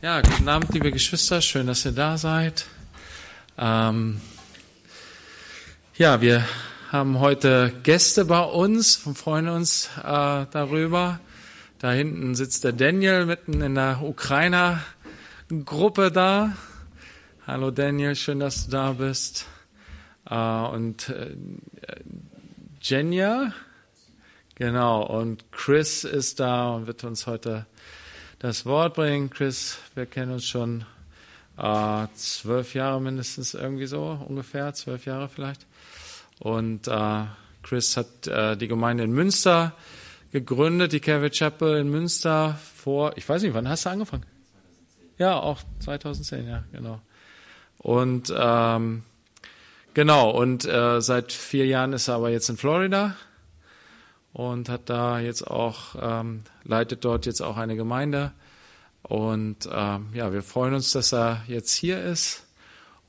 Ja, guten Abend, liebe Geschwister. Schön, dass ihr da seid. Ähm, ja, wir haben heute Gäste bei uns und freuen uns äh, darüber. Da hinten sitzt der Daniel mitten in der Ukrainer-Gruppe da. Hallo Daniel, schön, dass du da bist. Äh, und äh, Jenja, genau, und Chris ist da und wird uns heute das Wort bringen. Chris, wir kennen uns schon äh, zwölf Jahre mindestens irgendwie so, ungefähr zwölf Jahre vielleicht. Und äh, Chris hat äh, die Gemeinde in Münster gegründet, die Calvary Chapel in Münster vor, ich weiß nicht, wann hast du angefangen? Ja, auch 2010, ja, genau. Und ähm, genau, und äh, seit vier Jahren ist er aber jetzt in Florida und hat da jetzt auch, ähm, leitet dort jetzt auch eine Gemeinde. Und ähm, ja, wir freuen uns, dass er jetzt hier ist.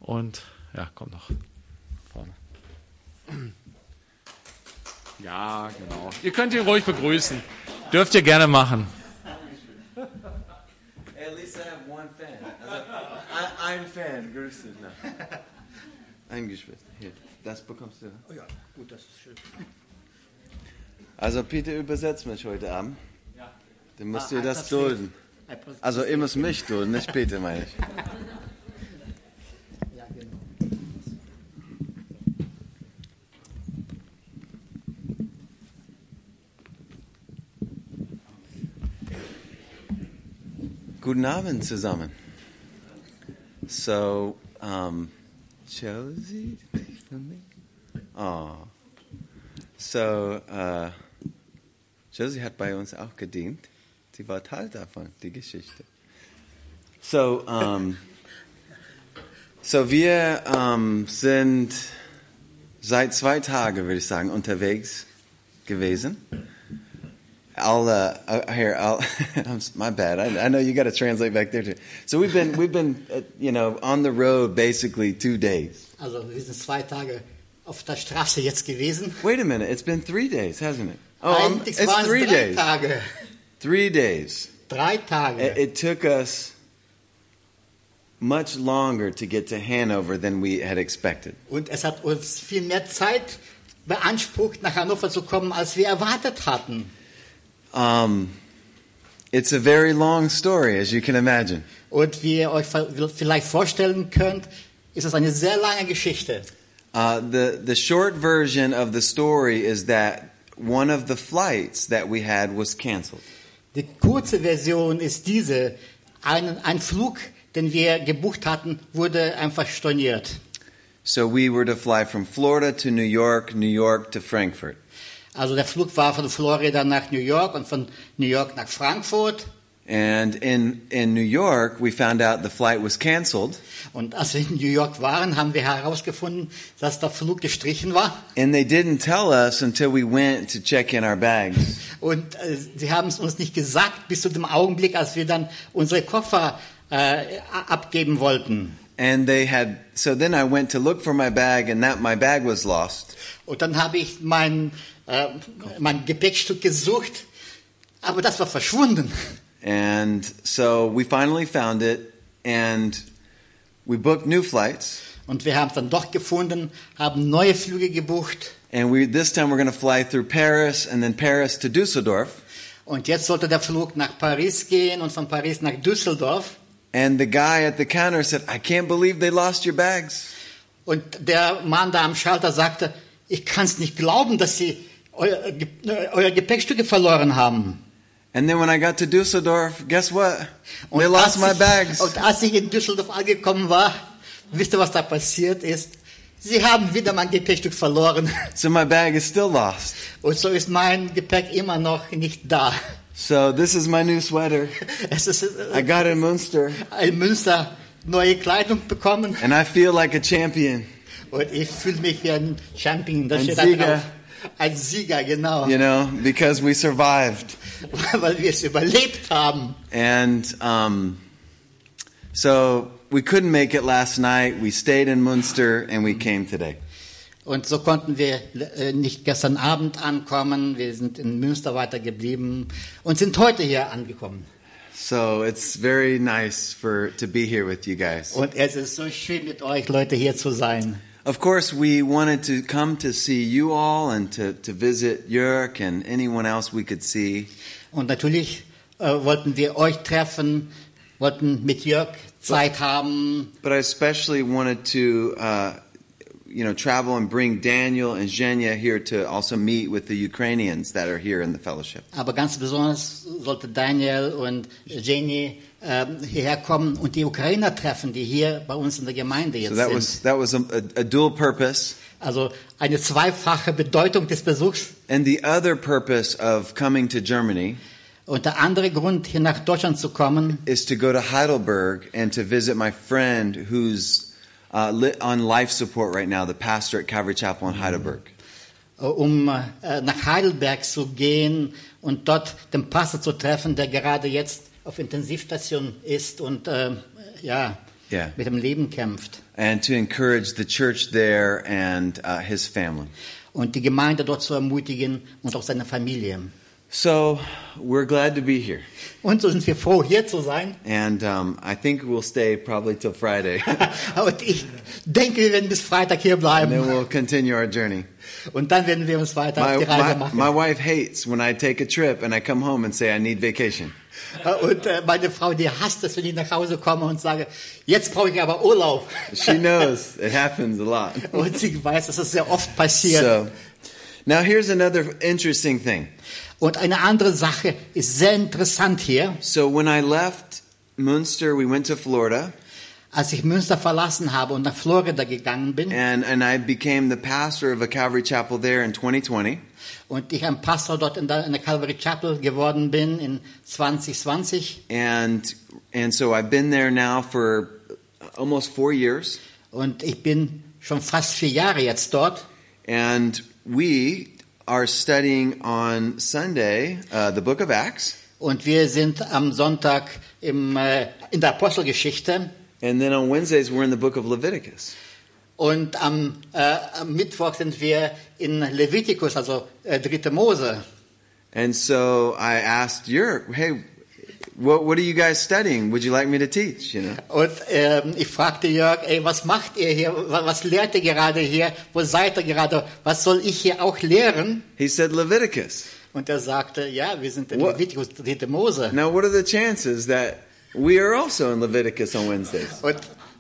Und ja, komm noch vorne. Ja, genau. Ihr könnt ihn ruhig begrüßen. Dürft ihr gerne machen. Hey, at least I have one fan. I was like, I, ein Fan, grüß dich. Na. Ein Geschwister, hier, das bekommst du. Oh ja, gut, das ist schön. Also Peter übersetzt mich heute Abend. Dann musst Ah, du das Alter, dulden. Ein Präs- Also ihr müsst mich dulden, nicht Peter, meine ich. Ja, genau. Guten Abend zusammen. So, um, Josie, for me? Oh. So, uh, Josie hat bei uns auch gedient. Sie war Teil davon, die Geschichte. So, um, so wir um, sind seit zwei Tagen, würde ich sagen, unterwegs gewesen. I'll uh, uh, here. I'll. I'm, s- my bad. I, I know you got to translate back there too. So we've been we've been uh, you know on the road basically two days. Also wir sind zwei Tage auf der Straße jetzt gewesen. Wait a minute. It's been three days, hasn't it? um, Eigentlich it's waren three es drei days. Äh, Tage. Three days. Drei Tage. It, it took us much longer to get to Hanover than we had expected. Und es hat uns viel mehr Zeit beansprucht, nach Hannover zu kommen, als wir erwartet hatten. Um, it's a very long story, as you can imagine. Und wie ihr euch ver- vielleicht vorstellen könnt, ist es eine sehr lange Geschichte. Uh, the the short version of the story is that one of the flights that we had was canceled. Die kurze Version ist diese. Ein, ein Flug, den wir gebucht hatten, wurde einfach storniert. So we were to fly from Florida to New York, New York to Frankfurt. Also der Flug war von Florida nach New York und von New York nach Frankfurt. And in in New York, we found out the flight was canceled Und als wir in New York waren, haben wir herausgefunden, dass der Flug gestrichen war. and they didn't tell us until we went to check in our bags. Und äh, sie haben es uns nicht gesagt bis zu dem Augenblick, als wir dann unsere Koffer äh, a- abgeben wollten. And they had so then I went to look for my bag and that my bag was lost. Und dann habe ich mein, äh, mein Gepäckstück gesucht, aber das war verschwunden. And so we finally found it and we booked new flights. Und wir haben es dann doch gefunden, haben neue Flüge gebucht. And we this time we're going to fly through Paris and then Paris to Dusseldorf. Und jetzt sollte der Flug nach Paris gehen und von Paris nach Düsseldorf. And the guy at the counter said, "I can't believe they lost your bags." Und der Mann da am Schalter sagte, ich kann es nicht glauben, dass Sie euer, Ge- äh, euer Gepäckstücke verloren haben. And then when I got to Dusseldorf, guess what? They als lost my ich- bags. und als ich in Düsseldorf angekommen war, wisst ihr, was da passiert ist? Sie haben wieder mein Gepäckstück verloren. So my bag is still lost. Und so ist mein Gepäck immer noch nicht da. So this is my new sweater. Es ist I äh, got in Munster in Münster neue Kleidung bekommen and I feel like a champion. und ich fühle mich wie ein Champion. Das Ein steht da Sieger. drauf. Ein Sieger, genau. You know, because we survived. Weil wir es überlebt haben. And um, so we couldn't make it last night. We stayed in Munster and we came today. Und so konnten wir äh, nicht gestern Abend ankommen. Wir sind in Münster weitergeblieben und sind heute hier angekommen. So it's very nice for to be here with you guys. Und es ist so schön mit euch Leute hier zu sein. Of course, we wanted to come to see you all and to, to visit Jörg and anyone else we could see. Und natürlich äh, wollten wir euch treffen, wollten mit Jörg Zeit haben. But I especially wanted to, uh, you know, travel and bring Daniel and Zhenya here to also meet with the Ukrainians that are here in the fellowship. Aber ganz besonders sollte Daniel und Jenny ähm, hierher kommen und die Ukrainer treffen, die hier bei uns in der Gemeinde jetzt So that sind. was that was a, a, a dual purpose, also eine zweifache Bedeutung des Besuchs. and the other purpose of coming to Germany Und der andere Grund, hier nach Deutschland zu kommen, is to go to Heidelberg and to visit my friend who's uh, lit on life support right now, the pastor at Calvary Chapel in Heidelberg. äh, um äh, nach Heidelberg zu gehen und dort den Pastor zu treffen, der gerade jetzt auf Intensivstation ist und äh, ja, Ja. mit dem Leben kämpft. and to encourage the church there and uh, his family. Und die Gemeinde dort zu ermutigen und auch seine Familie. So we're glad to be here, Und so sind wir froh, hier zu sein. and um, I think we'll stay probably till Friday, Und ich denke, wir werden bis Freitag hier and then bleiben. we'll continue our journey. Und dann werden wir uns weiter My, auf die Reise my, machen. my wife hates when I take a trip and I come home and say I need vacation. Und äh, meine Frau, die hasst es, wenn ich nach Hause komme und sage, jetzt brauche ich aber Urlaub. She knows it happens a lot. Und sie weiß, dass das sehr oft passiert. So now here's another interesting thing. Und eine andere Sache ist sehr interessant hier. So when I left Munster, we went to Florida, Als ich Münster verlassen habe und nach Florida gegangen bin and and I became the pastor of a Calvary Chapel there in 2020. und ich ein Pastor dort in der, in der Calvary Chapel geworden bin in 2020 and and so I've been there now for almost four years, und ich bin schon fast vier Jahre jetzt dort and we are studying on Sunday uh, the Book of Acts, und wir sind am Sonntag im, äh, in der Apostelgeschichte and then on Wednesdays we're in the Book of Leviticus. und am, äh, am Mittwoch sind wir in Levitikus, also äh, dritte Mose. And so I asked Yurk, "Hey, what what are you guys studying? Would you like me to teach?" You know, Und ähm, ich fragte Jörg, ey, was macht ihr hier? Wa- Was lehrt ihr gerade hier? Wo seid ihr gerade? Was soll ich hier auch lehren? he said Leviticus. Und er sagte, ja, wir sind in Wo- Levitikus, dritte Mose. Now, what are the chances that we are also in Leviticus on Wednesdays? Und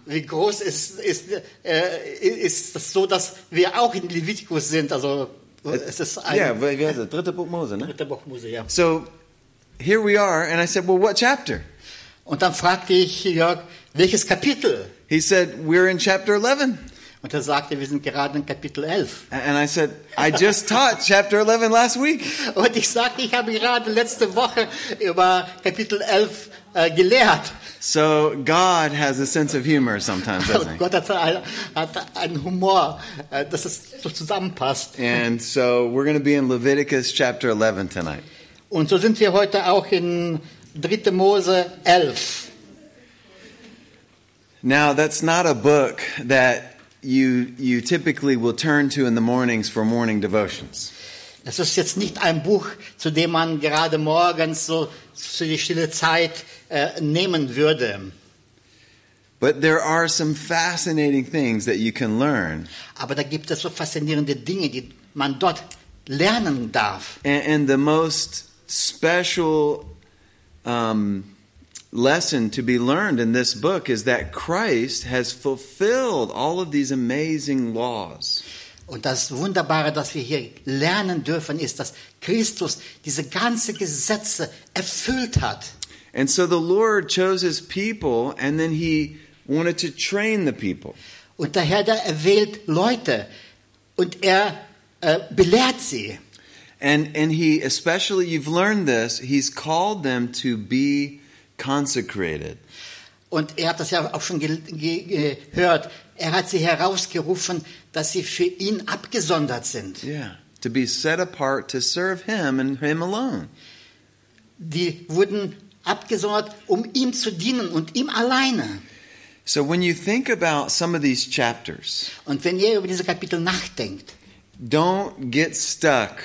wie groß ist, ist, äh, ist das so, dass wir auch in Levitikus sind? Also es ist ein yeah, but guys, the dritte Buch Mose, ne? dritte Buch Mose, ja. So here we are, and I said, "Well, what chapter?" Und dann fragte ich Jörg, welches Kapitel? He said, We're in chapter 11. Und er sagte, wir sind gerade in Kapitel 11. And I said, I just taught chapter 11 last week. Und ich sagte, ich habe gerade letzte Woche über Kapitel 11 äh, gelehrt. So God has a sense of humor sometimes, Und doesn't he? Gott hat, hat einen Humor, äh, dass es so zusammenpasst. And so we're going to be in Leviticus chapter 11 tonight. Und so sind wir heute auch in 3. Mose 11. Now, that's not a book that you, you typically will turn to in the mornings for morning devotions. Das ist jetzt nicht ein Buch, zu dem man gerade morgens so für die stille Zeit äh, nehmen würde. But there are some fascinating things that you can learn. Aber da gibt es so faszinierende Dinge, die man dort lernen darf. And, and the most special um, lesson to be learned in this book is that Christ has fulfilled all of these amazing laws. Und das Wunderbare, das wir hier lernen dürfen, ist, dass Christus diese ganzen Gesetze erfüllt hat. And so the Lord chose his people and then he wanted to train the people. Und der Herr, der erwählt Leute und er äh, belehrt sie. And, and he, especially, you've learned this, he's called them to be consecrated. Und er hat das ja auch schon ge ge gehört. Er hat sie herausgerufen, dass sie für ihn abgesondert sind. Yeah. To be set apart to serve him and him alone. Die wurden abgesondert, um ihm zu dienen und ihm alleine. So when you think about some of these chapters, Und wenn ihr über diese Kapitel nachdenkt, Don't get stuck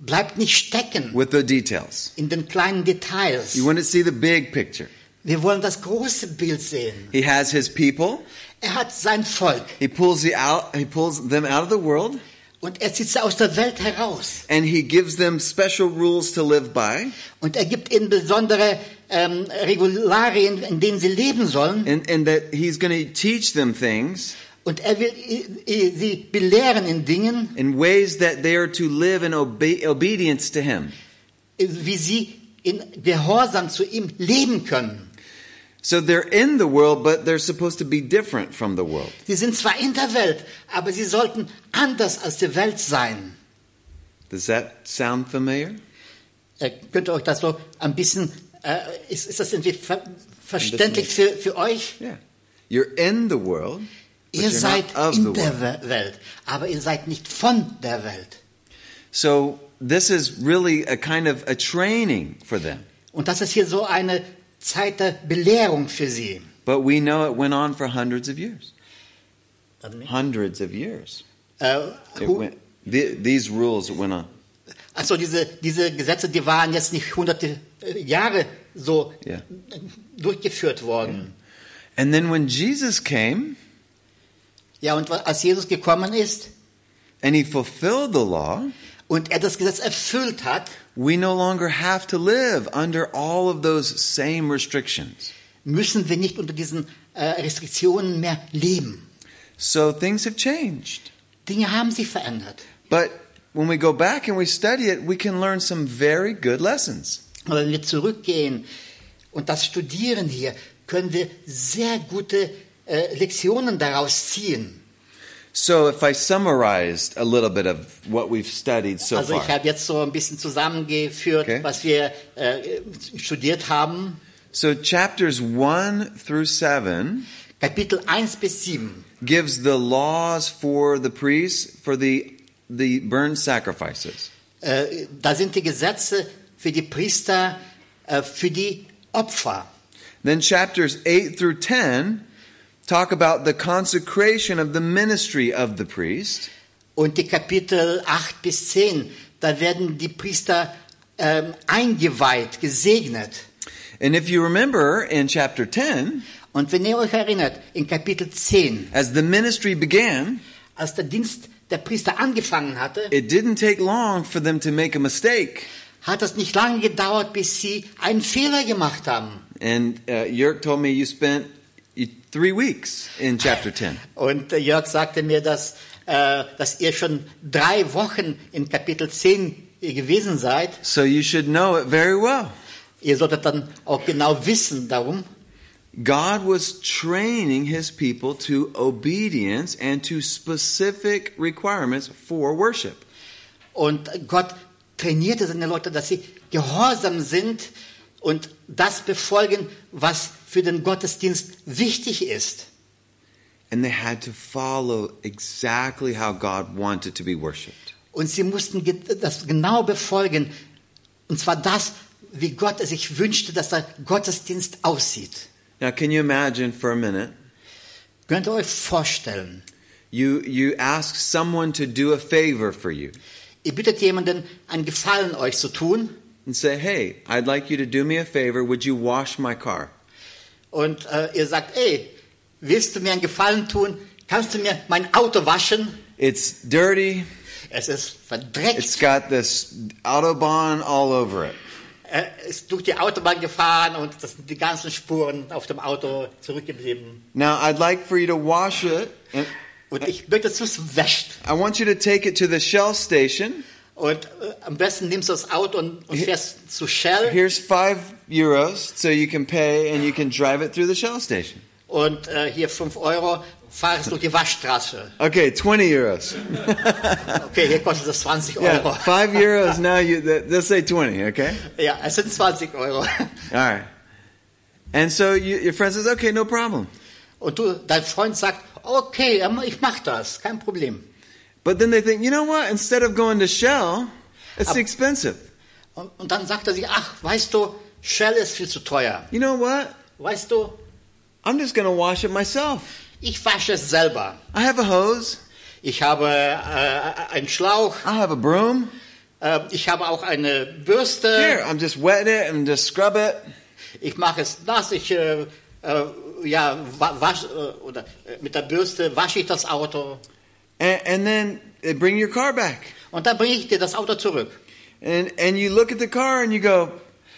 Bleibt nicht stecken with the details. in den kleinen Details. You want to see the big picture. Wir wollen das große Bild sehen. He has his people. Er hat sein Volk He pulls the out. He pulls them out of the world, und er zieht sie aus der Welt heraus. and he gives them special rules to live by. Und er gibt ihnen besondere ähm, Regularien, in denen sie leben sollen. and, and that he's going to teach them things Und er will i- i- sie belehren in Dingen, in ways that they are to live in obe- obedience to him. wie sie in Gehorsam zu ihm leben können. So they're in the world, but they're supposed to be different from the world. Sie sind zwar in der Welt, aber sie sollten anders als die Welt sein. Does that sound familiar? Äh, könnt ihr euch das so ein bisschen, äh, ist, ist das irgendwie ver verständlich für, für euch? Yeah. You're in the world, but Ihr you're seid not of the in der world. We- Welt, aber ihr seid nicht von der Welt. So this is really a kind of a training for them. Und das ist hier so eine Zeit der Belehrung für sie. But we know it went on for hundreds of years. Hundreds of years. Äh, It hu- went, the, these rules went on. also diese, diese Gesetze, die waren jetzt nicht hunderte äh, Jahre so Ja. äh, durchgeführt worden. And then when Jesus came Ja, und als Jesus gekommen ist and he fulfilled the law, und er das Gesetz erfüllt hat, we no longer have to live under all of those same restrictions. müssen wir nicht unter diesen äh, Restriktionen mehr leben. So things have changed. Dinge haben sich verändert. But when we go back and we study it, we can learn some very good lessons. Aber wenn wir zurückgehen und das studieren hier, können wir sehr gute äh, Lektionen daraus ziehen. So if I summarized a little bit of what we've studied so also ich far. habe jetzt so ein bisschen zusammengeführt, Okay. was wir äh, studiert haben. So chapters 1 through 7 Kapitel 1 bis 7 gives the laws for the priests for the the burnt sacrifices. Äh, da sind die Gesetze für die Priester, äh, für die Opfer. Then chapters 8 through 10 talk about the consecration of the ministry of the priest. Und die Kapitel 8 bis 10, da werden die Priester ähm, eingeweiht, gesegnet. And if you remember in chapter 10, Und wenn ihr euch erinnert, in Kapitel 10, as the ministry began, als der Dienst der Priester angefangen hatte, it didn't take long for them to make a mistake. hat es nicht lange gedauert, bis sie einen Fehler gemacht haben. And uh, Jörg told me you spent you- three weeks in chapter 10. Und äh, Jörg sagte mir, dass, äh, dass ihr schon drei Wochen in Kapitel 10 gewesen seid. So you should know it very well. Ihr solltet dann auch genau wissen darum. God was training his people to obedience and to specific requirements for worship. Und Gott trainierte seine Leute, dass sie gehorsam sind und das befolgen, was für den Gottesdienst wichtig ist. And they had to follow exactly how God wanted to be worshiped. Und sie mussten ge- das genau befolgen. Und zwar das, wie Gott es sich wünschte, dass der Gottesdienst aussieht. Now, can you imagine for a minute? Könnt ihr euch vorstellen? You, you ask someone to do a favor for you Ihr bittet jemanden, einen Gefallen euch zu tun. and say, hey, I'd like you to do me a favor. Would you wash my car? Und äh, ihr sagt, ey, willst du mir einen Gefallen tun? Kannst du mir mein Auto waschen? It's dirty. Es ist verdreckt. It's got this Autobahn all over it. Er ist durch die Autobahn gefahren und das sind die ganzen Spuren auf dem Auto zurückgeblieben. Now, I'd like for you to wash it. And Und ich möchte, dass du es wäscht. I want you to take it to the Shell station. Und äh, am besten nimmst du das Auto und, und fährst zu Shell. Here's five euros so you can pay and you can drive it through the Shell station. Und äh, hier 5 Euro, fahr es durch die Waschstraße. Okay, 20 euros. Okay, hier kostet das 20 Euro. Yeah, Ja, five euros. Now you, th- they'll say 20, okay? es sind 20 Euro. All right. And so you, your friend says, okay, no problem. Und du, dein Freund sagt, okay, ähm, ich mach das, kein Problem. But then they think, you know what? Instead of going to Shell, it's Ab- expensive. Und, und dann sagt er sich, ach, weißt du, Shell ist viel zu teuer. You know what? Weißt du, I'm just going to wash it myself. ich wasche es selber. I have a hose. Ich habe äh, einen Schlauch, I have a broom. Äh, ich habe auch eine Bürste. Here, I'm just wetting it and just scrub it. Ich mache es nass. Ich äh, äh, ja, wa wasch, äh, oder äh, mit der Bürste wasche ich das Auto And, and then they bring your car back. und dann bringe ich dir das Auto zurück. And, and you look at the car and you go,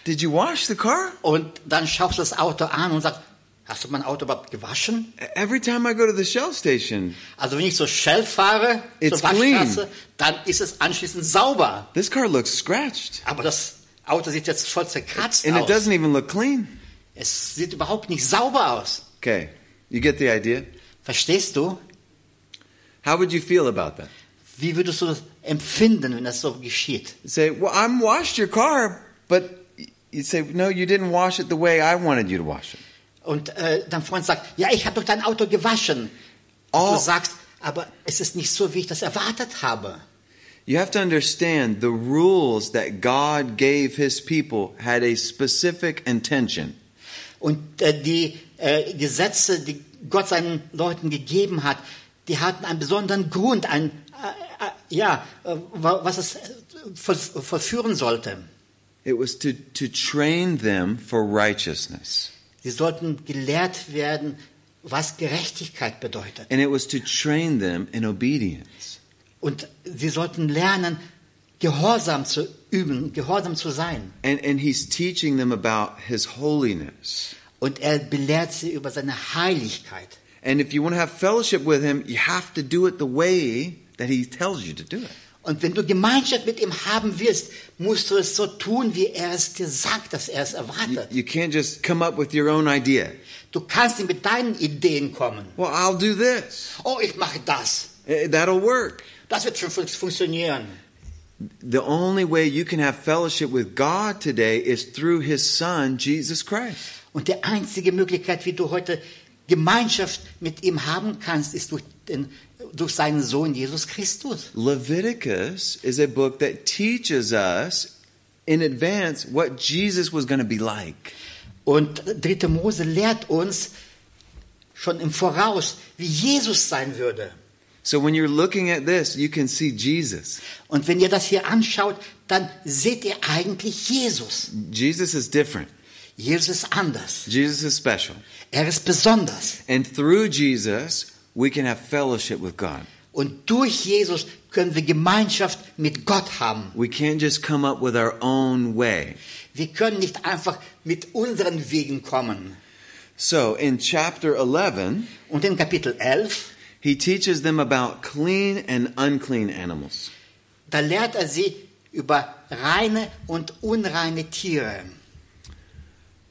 Did you wash the car? Und dann schaust du das Auto an und sagst, hast du mein Auto überhaupt gewaschen? E-, Every time I go to the Shell station, Also wenn ich zur Shell fahre, It's zur Waschstraße, dann ist es anschließend sauber. this car looks scratched. Aber das Auto sieht jetzt voll zerkratzt And it aus. doesn't even look clean. Es sieht überhaupt nicht sauber aus. Okay, you get the idea? Verstehst du? How would you feel about that? Wie würdest du das empfinden, wenn das so geschieht? Say, Well, I'm washed your car, but you say, No, you didn't wash it the way I wanted you to wash it. Und äh, dein Freund sagt, ja, ich habe doch dein Auto gewaschen. Und Oh. du sagst, aber es ist nicht so, wie ich das erwartet habe. You have to understand the rules that God gave his people had a specific intention. Und äh, die äh, Gesetze, die Gott seinen Leuten gegeben hat, die hatten einen besonderen Grund, ein, äh, äh, ja, äh, wa- was es äh, voll- vollführen sollte. It was to, to train them for righteousness. Sie sollten gelehrt werden, was Gerechtigkeit bedeutet. And it was to train them in obedience. Und sie sollten lernen, Gehorsam zu üben, Gehorsam zu sein. And, and he's teaching them about his holiness. Und er belehrt sie über seine Heiligkeit. And if you want to have fellowship with him, you have to do it the way that he tells you to do it. Und wenn du Gemeinschaft mit ihm haben willst, musst du es so tun, wie er es dir sagt, dass er es You, erwartet. you can't just come up with your own idea. Du kannst ihm mit deinen Ideen kommen. Well, I'll do this. Oh, ich mache das. Eh, That'll work. Das wird schon fun- funktionieren. The only way you can have fellowship with God today is through his son, Jesus Christ. Und die einzige Möglichkeit, wie du heute Gemeinschaft mit ihm haben kannst, ist durch, den, durch seinen Sohn Jesus Christus. Leviticus is a book that teaches us in advance what Jesus was going to be like. Und dritte Mose lehrt uns schon im Voraus, wie Jesus sein würde. So when you're looking at this, you can see Jesus. Und wenn ihr das hier anschaut, dann seht ihr eigentlich Jesus. Jesus is different. Jesus ist anders. Jesus is special. Er ist besonders. And through Jesus, we can have fellowship with God. Und durch Jesus können wir Gemeinschaft mit Gott haben. We can't just come up with our own way. Wir können nicht einfach mit unseren Wegen kommen. So in chapter 11, Und in Kapitel 11, he teaches them about clean and unclean animals. da lehrt er sie über reine und unreine Tiere.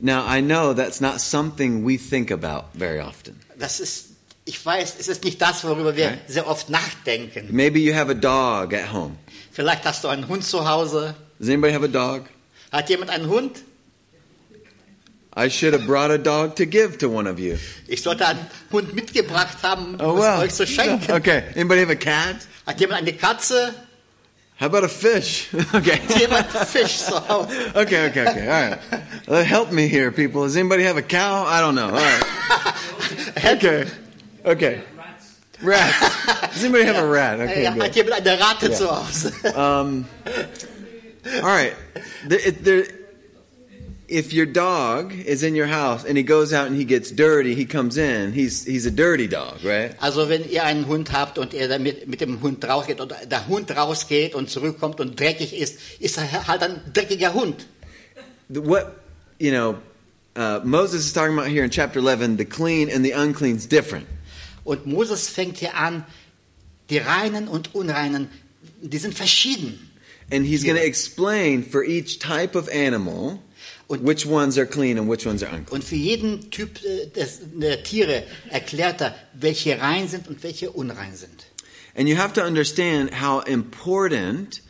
Now, I know that's not something we think about very often. Das ist, ich weiß, es ist nicht das, worüber wir Nein. sehr oft nachdenken. Maybe you have a dog at home. Vielleicht hast du einen Hund zu Hause. Does anybody have a dog? Hat jemand einen Hund? I should have brought a dog to give to one of you. Ich sollte einen Hund mitgebracht haben, um Oh, es well. euch zu schenken. Okay. Anybody have a cat? Hat jemand eine Katze? How about a fish? Okay. Hat jemand einen Fisch zu Hause? Okay, okay, okay. All right. Uh, help me here, people. Does anybody have a cow? I don't know. All right. Okay. Okay. Rat. Does anybody have a rat? Ja, Okay, hat good. jemand eine Ratte zu Hause? Um, all right. The- it- there- if your dog is in your house and he goes out and he gets dirty, he comes in. He's he's a dirty dog, right? Also wenn ihr einen Hund habt und ihr damit mit dem Hund rausgeht und der Hund rausgeht und zurückkommt und dreckig ist, ist er halt ein dreckiger Hund. The- What you know, uh, Moses is talking about here in chapter eleven. The clean and the unclean is different. Und Moses fängt hier an, die reinen und unreinen, die sind verschieden. And he's going Yeah. to explain for each type of animal Und- which ones are clean and which ones are unclean. Und für jeden Typ äh, des, der Tiere erklärt er, welche rein sind und welche unrein sind. And you have to understand how important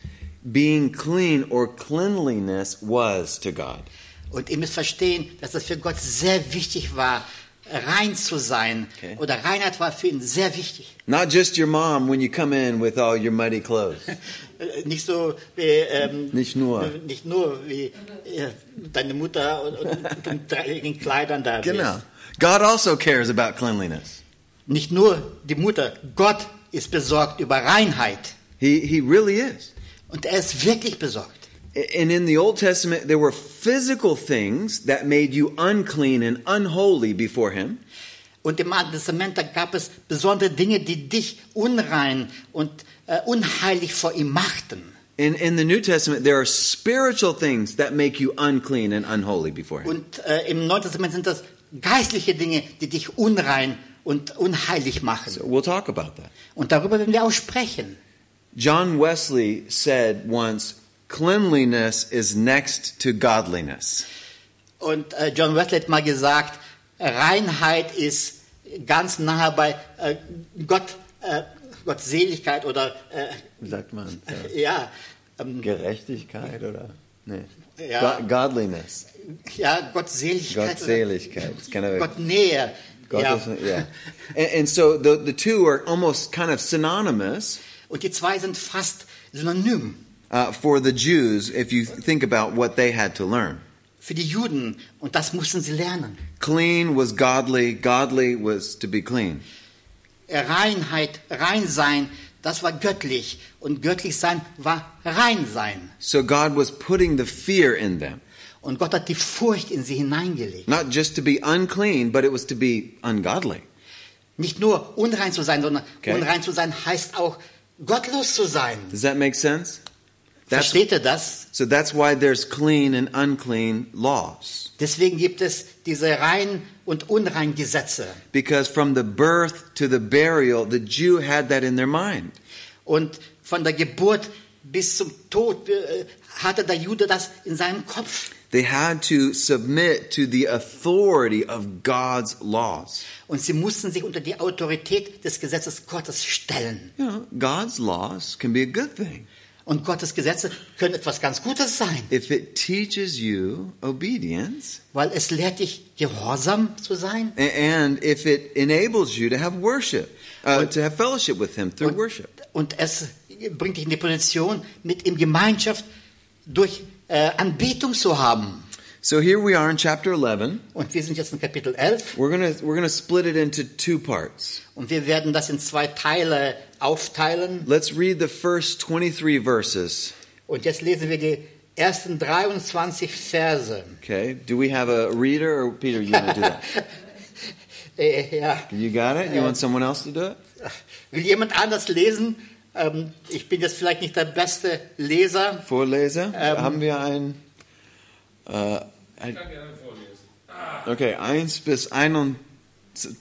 being clean or cleanliness was to God. Und ihr müsst verstehen, dass es für Gott sehr wichtig war, rein zu sein. Okay. Oder Reinheit war für ihn sehr wichtig. Not just your mom when you come in with all your muddy clothes. Äh, nicht so wie, ähm, Nicht nur. nicht nur wie äh, deine Mutter und, und, und dreckigen Kleidern da Genau. bist. God also cares about cleanliness. Nicht nur die Mutter, Gott ist besorgt über Reinheit. He, he really is. Und er ist wirklich besorgt. And in the Old Testament, there were physical things that made you unclean and unholy before Him. Und im Alten Testament da gab es besondere Dinge, die dich unrein und äh, unheilig vor ihm machten. And in the New Testament, there are spiritual things that make you unclean and unholy before Him. Und äh, im Neuen Testament sind das geistliche Dinge, die dich unrein und unheilig machen. We'll talk about that. Und darüber werden wir auch sprechen. John Wesley said once, cleanliness is next to godliness. Und äh, John Wesley hat mal gesagt, Reinheit ist ganz nahe bei äh, Gott, äh, Gottseligkeit oder äh, Sagt man. ja, ähm, Gerechtigkeit oder? Nee. Ja. Go- godliness. ja, Gottseligkeit, Gottseligkeit. It's kind of a- oder Gottnähe. God ja. doesn't- yeah. And, and so the, the two are almost kind of synonymous Und die zwei sind fast synonym. uh, for the Jews if you think about what they had to learn. für die Juden und das mussten sie lernen. Clean was godly, godly was to be clean. Reinheit, rein sein, das war göttlich und göttlich sein war rein sein. So God was putting the fear in them, Und Gott hat die Furcht in sie hineingelegt. not just to be unclean, but it was to be ungodly. Nicht nur unrein zu sein, sondern Okay. unrein zu sein heißt auch gottlos zu sein. Does that make sense? That's, Versteht ihr das? so that's why there's clean and unclean laws. Deswegen gibt es diese rein und unrein Gesetze. Because from the birth to the burial, the Jew had that in their mind. Und von der Geburt bis zum Tod äh, hatte der Jude das in seinem Kopf. They had to submit to the authority of God's laws. Und sie mussten sich unter die Autorität des Gesetzes Gottes stellen. You know, God's laws can be a good thing Und Gottes Gesetze können etwas ganz Gutes sein, if it teaches you obedience weil es lehrt dich, gehorsam zu sein a- and if it enables you to have worship, uh, to have fellowship with Him through und, worship. und es bringt dich in die Position, mit ihm Gemeinschaft durch äh, Anbetung zu haben. So here we are in chapter 11. Und wir sind jetzt in Kapitel 11 We're going to we're going to split it into two parts. und wir werden das in zwei Teile aufteilen. Let's read the first 23 verses. Und jetzt lesen wir die ersten 23 Verse. Okay. Do we have a reader or Peter, you want to do that? Äh, ja. You got it? You want someone else to do it? Will jemand anders lesen? Ähm, ich bin jetzt vielleicht nicht der beste Leser. Vorleser? Ähm, Haben wir einen? Äh, ein, okay, 1 bis 21,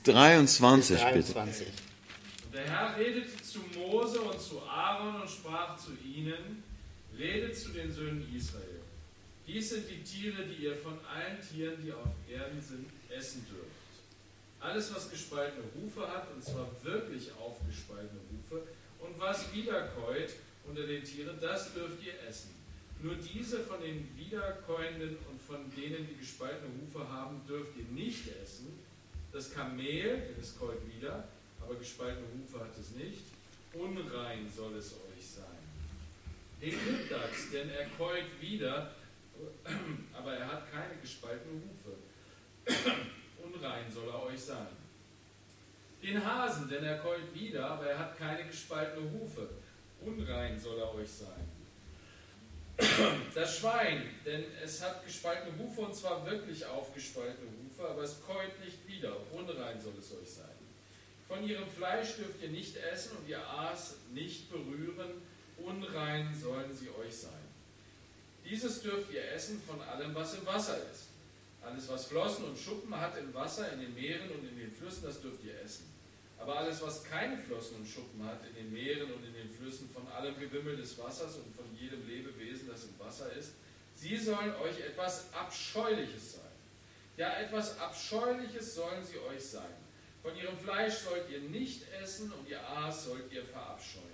23 bitte. 23. Und der Herr redete zu Mose und zu Aaron und sprach zu ihnen: Redet zu den Söhnen Israel. Dies sind die Tiere, die ihr von allen Tieren, die auf Erden sind, essen dürft. Alles, was gespaltene Hufe hat, und zwar wirklich aufgespaltene Hufe, und was wiederkäut unter den Tieren, das dürft ihr essen. Nur diese von den wiederkäuenden und von denen, die gespaltene Hufe haben, dürft ihr nicht essen. Das Kamel, denn es keult wieder, aber gespaltene Hufe hat es nicht. Unrein soll es euch sein. Den Dachs, denn er keult wieder, aber er hat keine gespaltene Hufe. Unrein soll er euch sein. Den Hasen, denn er keult wieder, aber er hat keine gespaltene Hufe. Unrein soll er euch sein. Das Schwein, denn es hat gespaltene Hufe und zwar wirklich aufgespaltene Hufe, aber es keult nicht wieder. Unrein soll es euch sein. Von ihrem Fleisch dürft ihr nicht essen und ihr Aas nicht berühren. Unrein sollen sie euch sein. Dieses dürft ihr essen von allem, was im Wasser ist. Alles, was Flossen und Schuppen hat im Wasser, in den Meeren und in den Flüssen, das dürft ihr essen. Aber alles, was keine Flossen und Schuppen hat, in den Meeren und in den Flüssen, von allem Gewimmel des Wassers und von jedem Lebewesen, das im Wasser ist, sie sollen euch etwas Abscheuliches sein. Ja, etwas Abscheuliches sollen sie euch sein. Von ihrem Fleisch sollt ihr nicht essen und ihr Aas sollt ihr verabscheuen.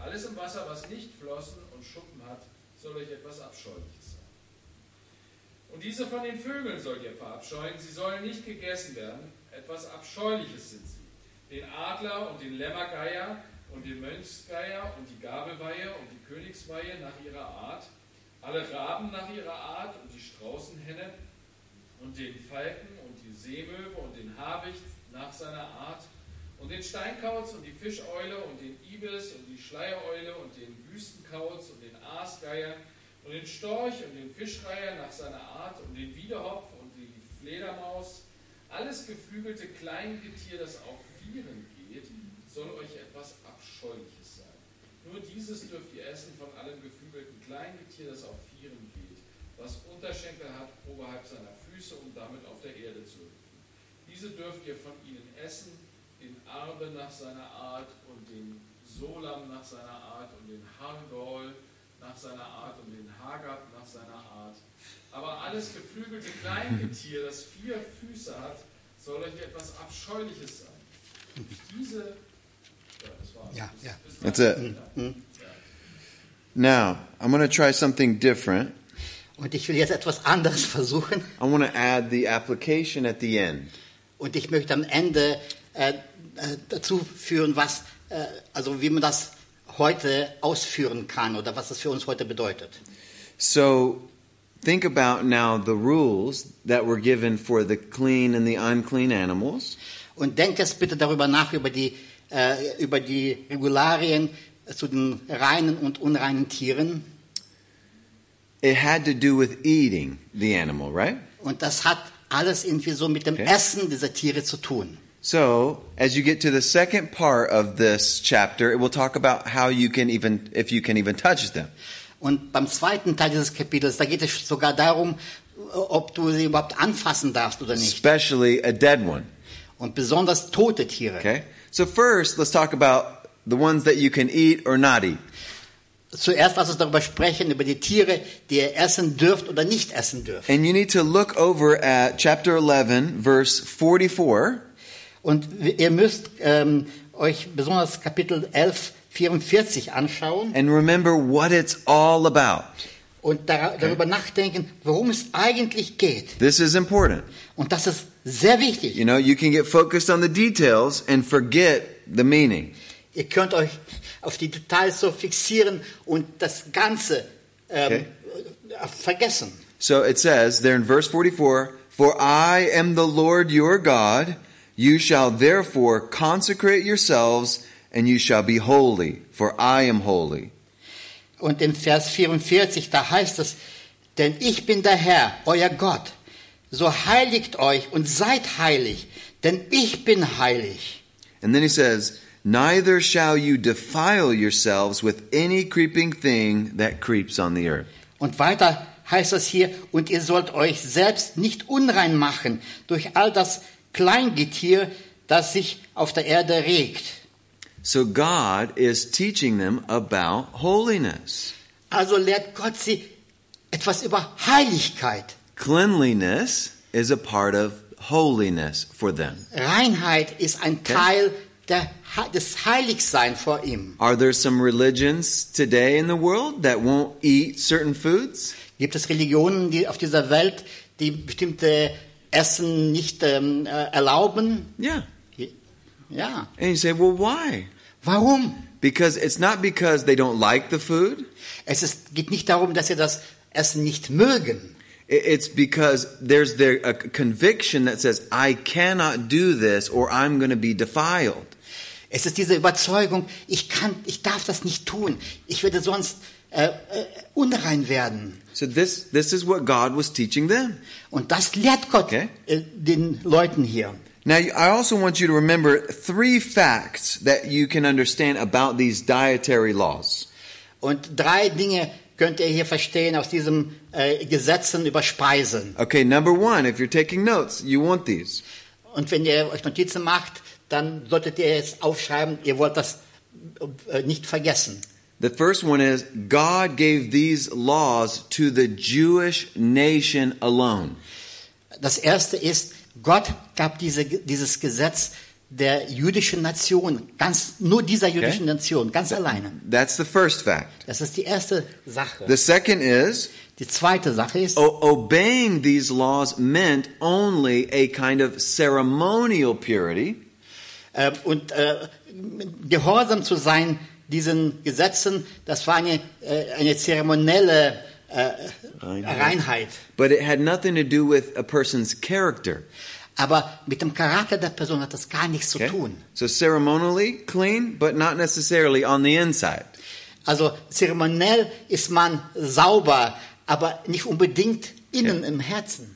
Alles im Wasser, was nicht Flossen und Schuppen hat, soll euch etwas Abscheuliches sein. Und diese von den Vögeln sollt ihr verabscheuen, sie sollen nicht gegessen werden, etwas Abscheuliches sind sie. Den Adler und den Lämmergeier und den Mönchsgeier und die Gabelweihe und die Königsweihe nach ihrer Art, alle Raben nach ihrer Art und die Straußenhenne und den Falken und die Seemöwe und den Habicht nach seiner Art Und den Steinkauz und die Fischeule und den Ibis und die Schleiereule und den Wüstenkauz und den Aasgeier und den Storch und den Fischreiher nach seiner Art und den Wiederhopf und die Fledermaus, alles geflügelte Kleingetier, das auf Vieren geht, soll euch etwas Abscheuliches sein. Nur dieses dürft ihr essen von allem geflügelten Kleingetier, das auf Vieren geht, was Unterschenkel hat oberhalb seiner Füße, um damit auf der Erde zu hüpfen. Diese dürft ihr von ihnen essen, den Arbe nach seiner Art und den Solam nach seiner Art und den Hargol nach seiner Art und den Hagab nach seiner Art. Aber alles geflügelte Kleingetier, das vier Füße hat, soll euch etwas Abscheuliches sein. Diese, ja, das war's. Ja, ja. Bis That's it. Now, I'm going to try something different. Und ich will jetzt etwas anderes versuchen. I want to add the application at the end. Und ich möchte am Ende äh, äh, dazu führen, was, äh, also wie man das heute ausführen kann oder was das für uns heute bedeutet. So, think about now the rules that were given for the clean and the unclean animals. Und denkt jetzt bitte darüber nach, über die, äh, über die Regularien äh, zu den reinen und unreinen Tieren. It had to do with eating the animal, right? Und das hat alles irgendwie so mit dem Okay. Essen dieser Tiere zu tun. So, as you get to the second part of this chapter, it will talk about how you can even, if you can even touch them. Und beim zweiten Teil dieses Kapitels, da geht es sogar darum, ob du sie überhaupt anfassen darfst oder nicht. Especially a dead one. Und besonders tote Tiere. Okay? So, first, let's talk about the ones that you can eat or not eat. Zuerst lass uns darüber sprechen, über die Tiere, die ihr essen dürft oder nicht essen dürft. And you need to look over at chapter 11, verse 44. Und ihr müsst ähm, euch besonders Kapitel 11, 44 anschauen and remember what it's all about. und dar darüber nachdenken, worum es eigentlich geht. This is important. Und das ist sehr You wichtig. know, you can get focused on the details and forget the meaning. Ihr könnt euch auf die Details so fixieren und das Ganze ähm, äh, vergessen. So it says there in verse 44 For I am the Lord your God. You shall therefore consecrate yourselves and you shall be holy, for I am holy. Und in Vers 44, da heißt es, denn ich bin der Herr, euer Gott. So heiligt euch und seid heilig, denn ich bin heilig. And then he says, Neither shall you defile yourselves with any creeping thing that creeps on the earth. Und weiter heißt es hier, und ihr sollt euch selbst nicht unrein machen durch all das Kleingetier, das sich auf der Erde regt. So God is teaching them about holiness. Also lehrt Gott sie etwas über Heiligkeit. Cleanliness is a part of holiness for them. Reinheit ist ein Teil der, des Heiligseins vor ihm. Are there some religions today in the world that won't eat certain foods? Gibt es Religionen die auf dieser Welt, die bestimmte Essen nicht ähm, äh, erlauben? Yeah. Ja. And you say, well, why? Warum? Because it's not because they don't like the food, Es ist, geht nicht darum, dass sie das Essen nicht mögen. I- it's because there's their, a conviction that says, I cannot do this or I'm going to be defiled. Es ist diese Überzeugung, ich kann, ich darf das nicht tun. Ich werde sonst äh, äh, unrein werden. So this, this is what God was teaching them. Und das lehrt Gott Okay. äh, den Leuten hier. Now, you- I also want you to remember three facts that you can understand about these dietary laws. Und drei Dinge könnt ihr hier verstehen aus diesem äh, Gesetzen über Speisen. Okay, number one, if you're taking notes, you want these. Und wenn ihr euch Notizen macht, dann solltet ihr jetzt aufschreiben, ihr wollt das äh, nicht vergessen. The first one is God gave these laws to the Jewish nation alone. Das erste ist, Gott gab diese, dieses Gesetz der jüdischen Nation, ganz, nur dieser jüdischen Nation, ganz alleine. That's the first fact. Das ist die erste Sache. The second is die zweite Sache ist, o- obeying these laws meant only a kind of ceremonial purity, äh, und äh, gehorsam zu sein diesen Gesetzen, das war eine, äh, eine zeremonielle äh, Reinheit. Reinheit. but it had nothing to do with a person's character. Aber mit dem Charakter der Person hat das gar nichts zu Okay? tun. So ceremonially clean, but not necessarily on the inside. Also zeremoniell ist man sauber, aber nicht unbedingt innen im Herzen.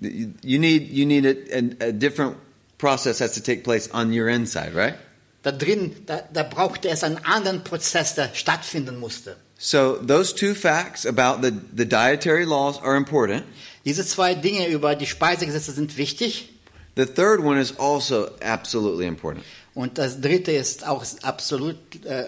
You you need you need a, a, a different process has to take place on your inside, right? Da drin, da, da brauchte es einen anderen Prozess, der stattfinden musste. So those two facts about the, the dietary laws are important. Diese zwei Dinge über die Speisegesetze sind wichtig. The third one is also absolutely important. Und das dritte ist auch absolut, äh,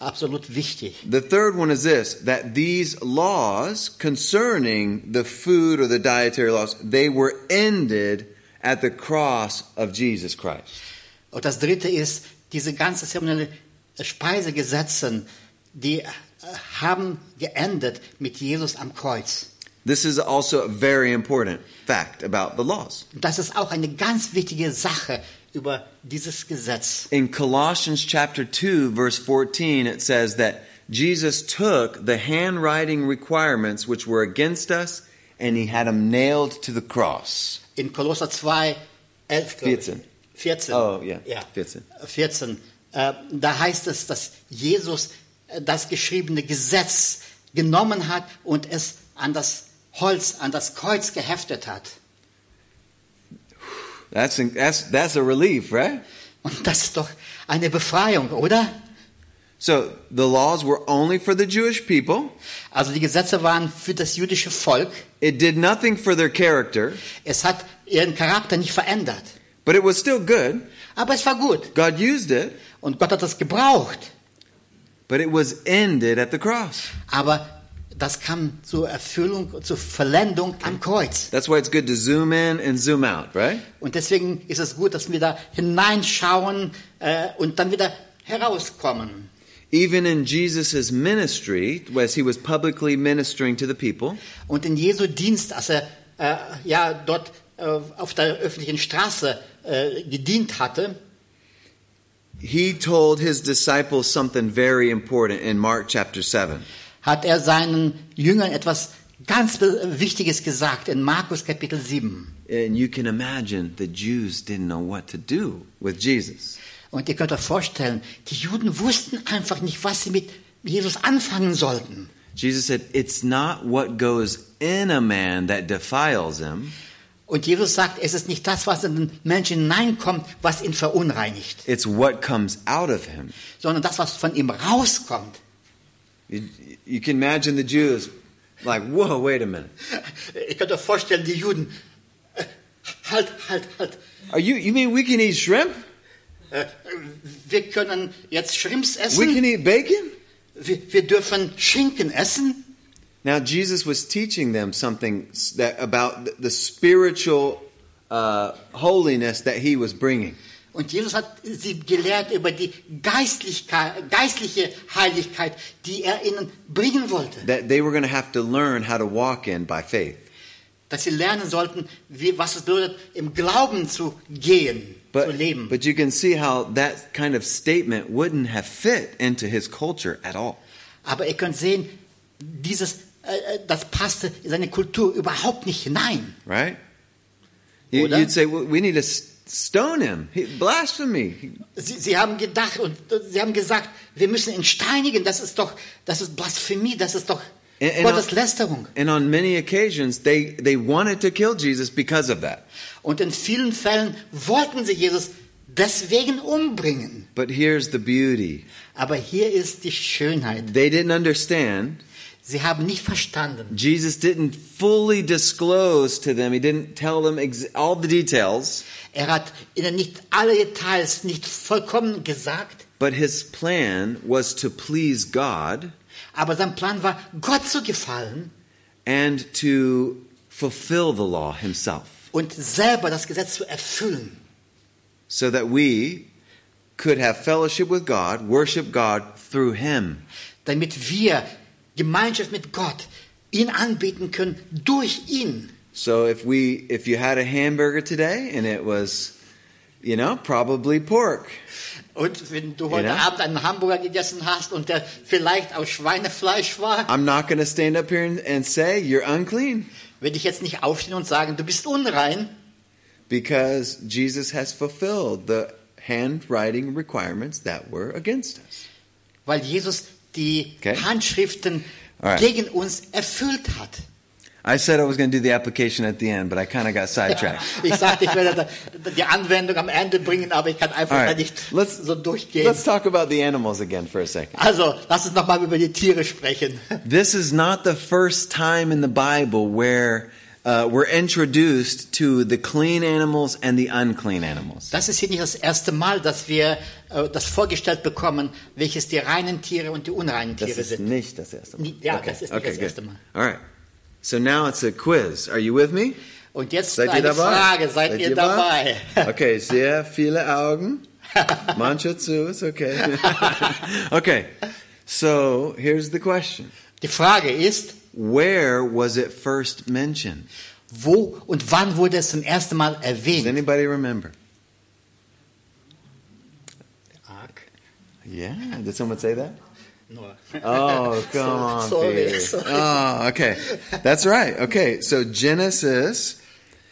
absolut wichtig. The third one is this that these laws concerning the food or the dietary laws, they were ended at the cross of Jesus Christ. Und das dritte ist, diese ganze zeremonielle Speisegesetze, die äh, haben geendet mit Jesus am Kreuz. This is also a very important fact about the laws. Und das ist auch eine ganz wichtige Sache über dieses Gesetz. In Colossians chapter 2 verse 14 it says that Jesus took the handwriting requirements which were against us and he had them nailed to the cross. In Kolosser 2, 11, glaub ich. 14. 14. Oh, yeah. ja. 14. 14. Äh, da heißt es, dass Jesus äh, das geschriebene Gesetz genommen hat und es an das Holz, an das Kreuz geheftet hat. That's that's that's a relief, right? Und das ist doch eine Befreiung, oder? So the laws were only for the Jewish people. Also die Gesetze waren für das jüdische Volk. It did nothing for their character, Es hat ihren Charakter nicht verändert. but it was still good. Aber es war gut. God used it, Und Gott hat das gebraucht. but it was ended at the cross. Aber das kam zur Erfüllung, zur Vollendung am Kreuz. That's why it's good to zoom in and zoom out, right? Und deswegen ist es gut, dass wir da hineinschauen äh, und dann wieder herauskommen. Even in Jesus' ministry, as he was publicly ministering to the people, Und in Jesu Dienst, als er äh, ja dort äh, auf der öffentlichen Straße äh, gedient hatte, he told his disciples something very important in Mark chapter 7. hat er seinen Jüngern etwas ganz Be- Wichtiges gesagt in Markus Kapitel 7. And you can imagine the Jews didn't know what to do with Jesus. Und ihr könnt euch vorstellen, die Juden wussten einfach nicht, was sie mit Jesus anfangen sollten. Jesus said, It's not what goes in a man that defiles him, Und Jesus sagt, es ist nicht das, was in den Menschen hineinkommt, was ihn verunreinigt, it's what comes out of him. sondern das, was von ihm rauskommt. You, you can imagine the Jews like, Whoa, wait a minute. Ihr könnt euch vorstellen, die Juden, äh, halt, halt, halt, Are you, you mean we can eat shrimp? äh, wir können jetzt Schrimps We essen, can eat bacon? wir, wir dürfen Schinken essen. Now Jesus was teaching them something s- that about th- the spiritual uh, holiness that he was bringing. Und Jesus hat sie gelehrt über die Geistlichkeit, geistliche Heiligkeit, die er ihnen bringen wollte. That they were going to have to learn how to walk in by faith. dass sie lernen sollten, wie, was es bedeutet, im Glauben zu gehen, But, zu leben. but you can see how that kind of statement wouldn't have fit into his culture at all. Aber ihr könnt sehen, dieses, äh, äh, das passte in seine Kultur überhaupt nicht hinein. Right? You, Oder? would say, well, we need to s- stone him. He, blasphemy. Sie, sie haben gedacht und äh, sie haben gesagt, wir müssen ihn steinigen. Das ist doch, das ist Blasphemie, das ist doch And- and Gottes on- Lästerung. And on many occasions, they, they wanted to kill Jesus because of that. Und in vielen Fällen wollten sie Jesus deswegen umbringen. But here's the beauty Aber hier ist die Schönheit. they didn't understand Sie haben nicht verstanden. Jesus didn't fully disclose to them. He didn't tell them ex- all the details, Er hat ihnen nicht alle Details, nicht vollkommen gesagt. but his plan was to please God Aber sein Plan war, Gott zu gefallen and to fulfill the law himself und selber das Gesetz zu erfüllen, so that we could have fellowship with God, worship God through him. damit wir Gemeinschaft mit Gott ihn anbeten können durch ihn. So if we if you had a hamburger today and it was you know, probably pork. Und wenn du heute Ja. Abend einen Hamburger gegessen hast und der vielleicht aus Schweinefleisch war, I'm not going to stand up here and, and say you're unclean. werde ich jetzt nicht aufstehen und sagen, du bist unrein. because Jesus has fulfilled the handwriting requirements that were against us. weil Jesus die Okay. Handschriften Alright. gegen uns erfüllt hat. I said I was going to do the application at the end, but I kind of got sidetracked. Ich sagte, ich werde da- die Anwendung am Ende bringen, aber ich kann einfach Alright. da nicht Let's- so durchgehen. Let's talk about the animals again for a second. Also, lass uns nochmal über die Tiere sprechen. This is not the first time in the Bible where uh, we're introduced to the clean animals and the unclean animals. Das ist hier nicht das erste Mal, dass wir äh, das vorgestellt bekommen, welches die reinen Tiere und die unreinen Das Tiere ist sind. nicht das erste Mal. Ni- ja, das ist nicht das good. erste Mal. All right. So now it's a quiz. Are you with me? Und jetzt Seid ihr eine dabei? Frage, seid, ihr dabei? Okay, sehr viele Augen. Manche zu, it's okay. okay, so here's the question. Die Frage ist, Where was it first mentioned? wo und wann wurde es zum ersten Mal Does erwähnt? anybody remember? Arg. Yeah, did someone say that? Nur. Oh, come on, sorry, Peter. sorry. Oh, okay. That's right. Okay, so Genesis.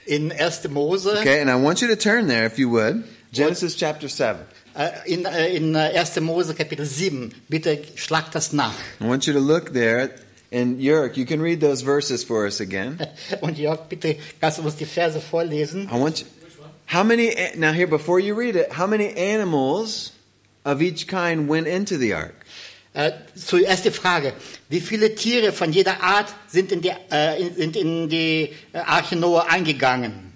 In 1. Mose, Okay, and I want you to turn there if you would. Genesis chapter 7. äh, in, äh, in äh, 1. Mose Kapitel 7, bitte schlag das nach. I want you to look there. And Yurik, you can read those verses for us again. Und Jörg, bitte kannst du uns die Verse vorlesen. I want you. How many? Now here, before you read it, how many animals of each kind went into the ark? Äh, zuerst die Frage, wie viele Tiere von jeder Art sind in die, äh, in, sind in die äh, Arche Noah eingegangen?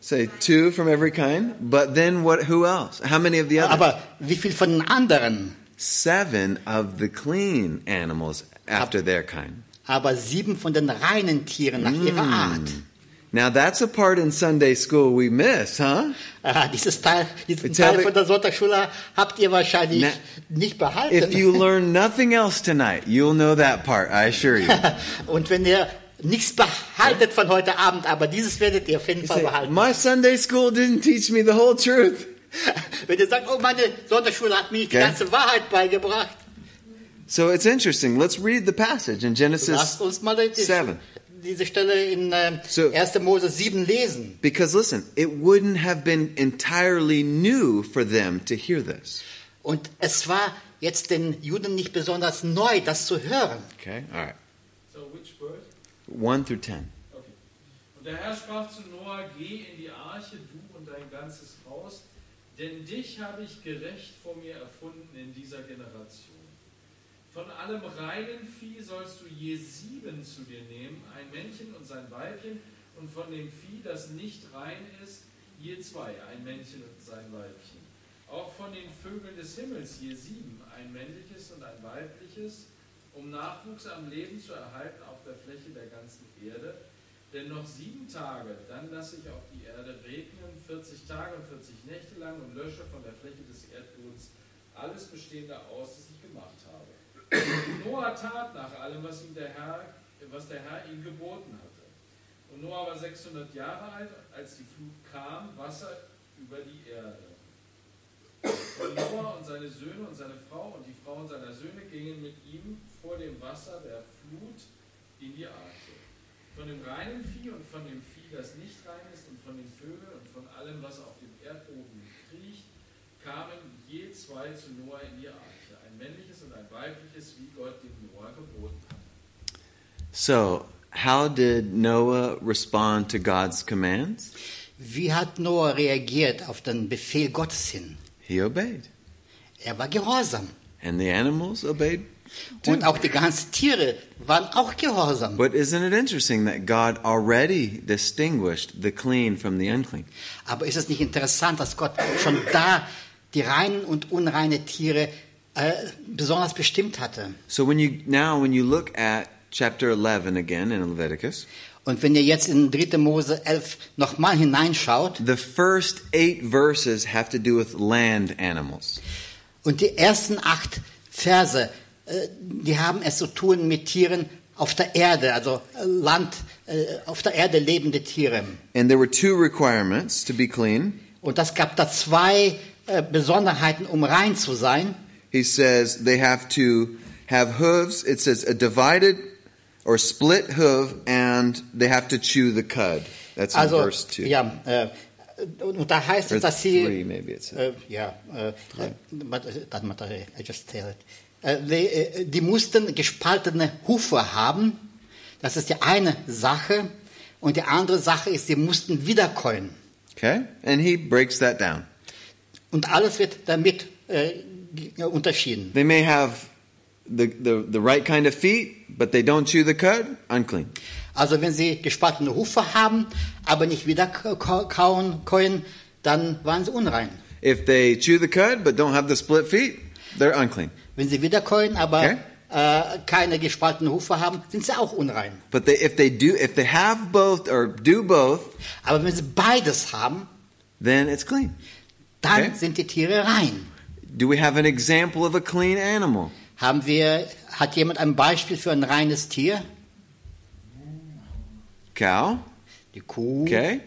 Say two from every kind. But then what? Who else? How many of the other? Aber wie viel von den anderen? Seven of the clean animals after their kind. Aber sieben von den reinen Tieren Mm. nach ihrer Art. Now that's a part in Sunday school we miss, huh? Ah, dieses Teil, diesen Jetzt habe Teil ich- von der Sonntagsschule habt ihr wahrscheinlich Na, nicht behalten. If you learn nothing else tonight, you'll know that part. I assure you. Und wenn ihr nichts behaltet von heute Abend, aber dieses werdet ihr auf jeden Fall Say, behalten. My Sunday school didn't teach me the whole truth. Wenn ihr sagt, oh, meine Sonntagsschule hat mir nicht die Okay. ganze Wahrheit beigebracht, So it's interesting. Let's read the passage in Genesis lasst uns mal die, seven. diese Stelle in äh, So- 1. Mose 7 lesen. Because listen, it wouldn't have been entirely new for them to hear this. Und es war jetzt den Juden nicht besonders neu, das zu hören. Okay, all right. So, which word? 1 through 10. Okay. Und der Herr sprach zu Noah, geh in die Arche, du und dein ganzes Haus, denn dich habe ich gerecht vor mir erfunden in dieser Generation. Von allem reinen Vieh sollst du je sieben zu dir nehmen, ein Männchen und sein Weibchen, und von dem Vieh, das nicht rein ist, je zwei, ein Männchen und sein Weibchen. Auch von den Vögeln des Himmels je sieben, ein männliches und ein weibliches, um Nachwuchs am Leben zu erhalten auf der Fläche der ganzen Erde. Denn noch sieben Tage, dann lasse ich auf die Erde regnen, 40 Tage und 40 Nächte lang und lösche von der Fläche des Erdbodens alles Bestehende aus, das ich gemacht habe. Und Noah tat nach allem, was, ihm der Herr, was der Herr ihm geboten hatte. Und Noah war 600 Jahre alt, als die Flut kam, Wasser über die Erde. Und Noah und seine Söhne und seine Frau und die Frauen seiner Söhne gingen mit ihm vor dem Wasser der Flut in die Arche. Von dem reinen Vieh und von dem Vieh, das nicht rein ist, und von den Vögeln und von allem, was auf dem Erdboden kriecht, kamen je zwei zu Noah in die Arche, ein männliches und ein weibliches, wie Gott dem Noah geboten hat. So, how did Noah respond to God's commands? Wie hat Noah reagiert auf den Befehl Gottes hin? He obeyed. Er war gehorsam. And the animals obeyed. too. Und auch die ganzen Tiere waren auch gehorsam. But isn't it interesting that God already distinguished the clean from the unclean? Aber ist es nicht interessant, dass Gott schon da die reinen und unreinen Tiere äh, besonders bestimmt hatte? So when you now when you look at chapter 11 again in Leviticus, Und wenn ihr jetzt in 3. Mose 11 nochmal hineinschaut, the first 8 verses have to do with land animals. und die ersten acht Verse, äh, die haben es zu tun mit Tieren auf der Erde, also äh, Land, äh, auf der Erde lebende Tiere. And there were two requirements to be clean. Und das gab da zwei äh, Besonderheiten, um rein zu sein. He says they have to have hooves. It says a divided or split hoof, and they have to chew the cud. That's in also, verse two. ja, äh, und da heißt Verse es, dass three, sie, maybe it's- äh, ja, äh, but it doesn't matter, I just tell it. Äh, die, äh, die mussten gespaltene Hufe haben. Das ist die eine Sache. Und die andere Sache ist, sie mussten wiederkäuen. Okay? And he breaks that down. Und alles wird damit äh, ge- unterschieden. They may have the, the, the right kind of feet, but they don't chew the cud, unclean. Also wenn sie gespaltene Hufe haben, aber nicht wieder ka- kauen können, dann waren sie unrein. If they chew the cud but don't have the split feet, they're unclean. Wenn sie wieder kauen, aber Okay. äh, keine gespaltenen Hufe haben, sind sie auch unrein. But they, if they do, if they have both or do both, Aber wenn sie beides haben, then it's clean. dann Okay. sind die Tiere rein. Do we have an example of a clean animal? Haben wir, hat jemand ein Beispiel für ein reines Tier? Cow. Die Kuh. Okay.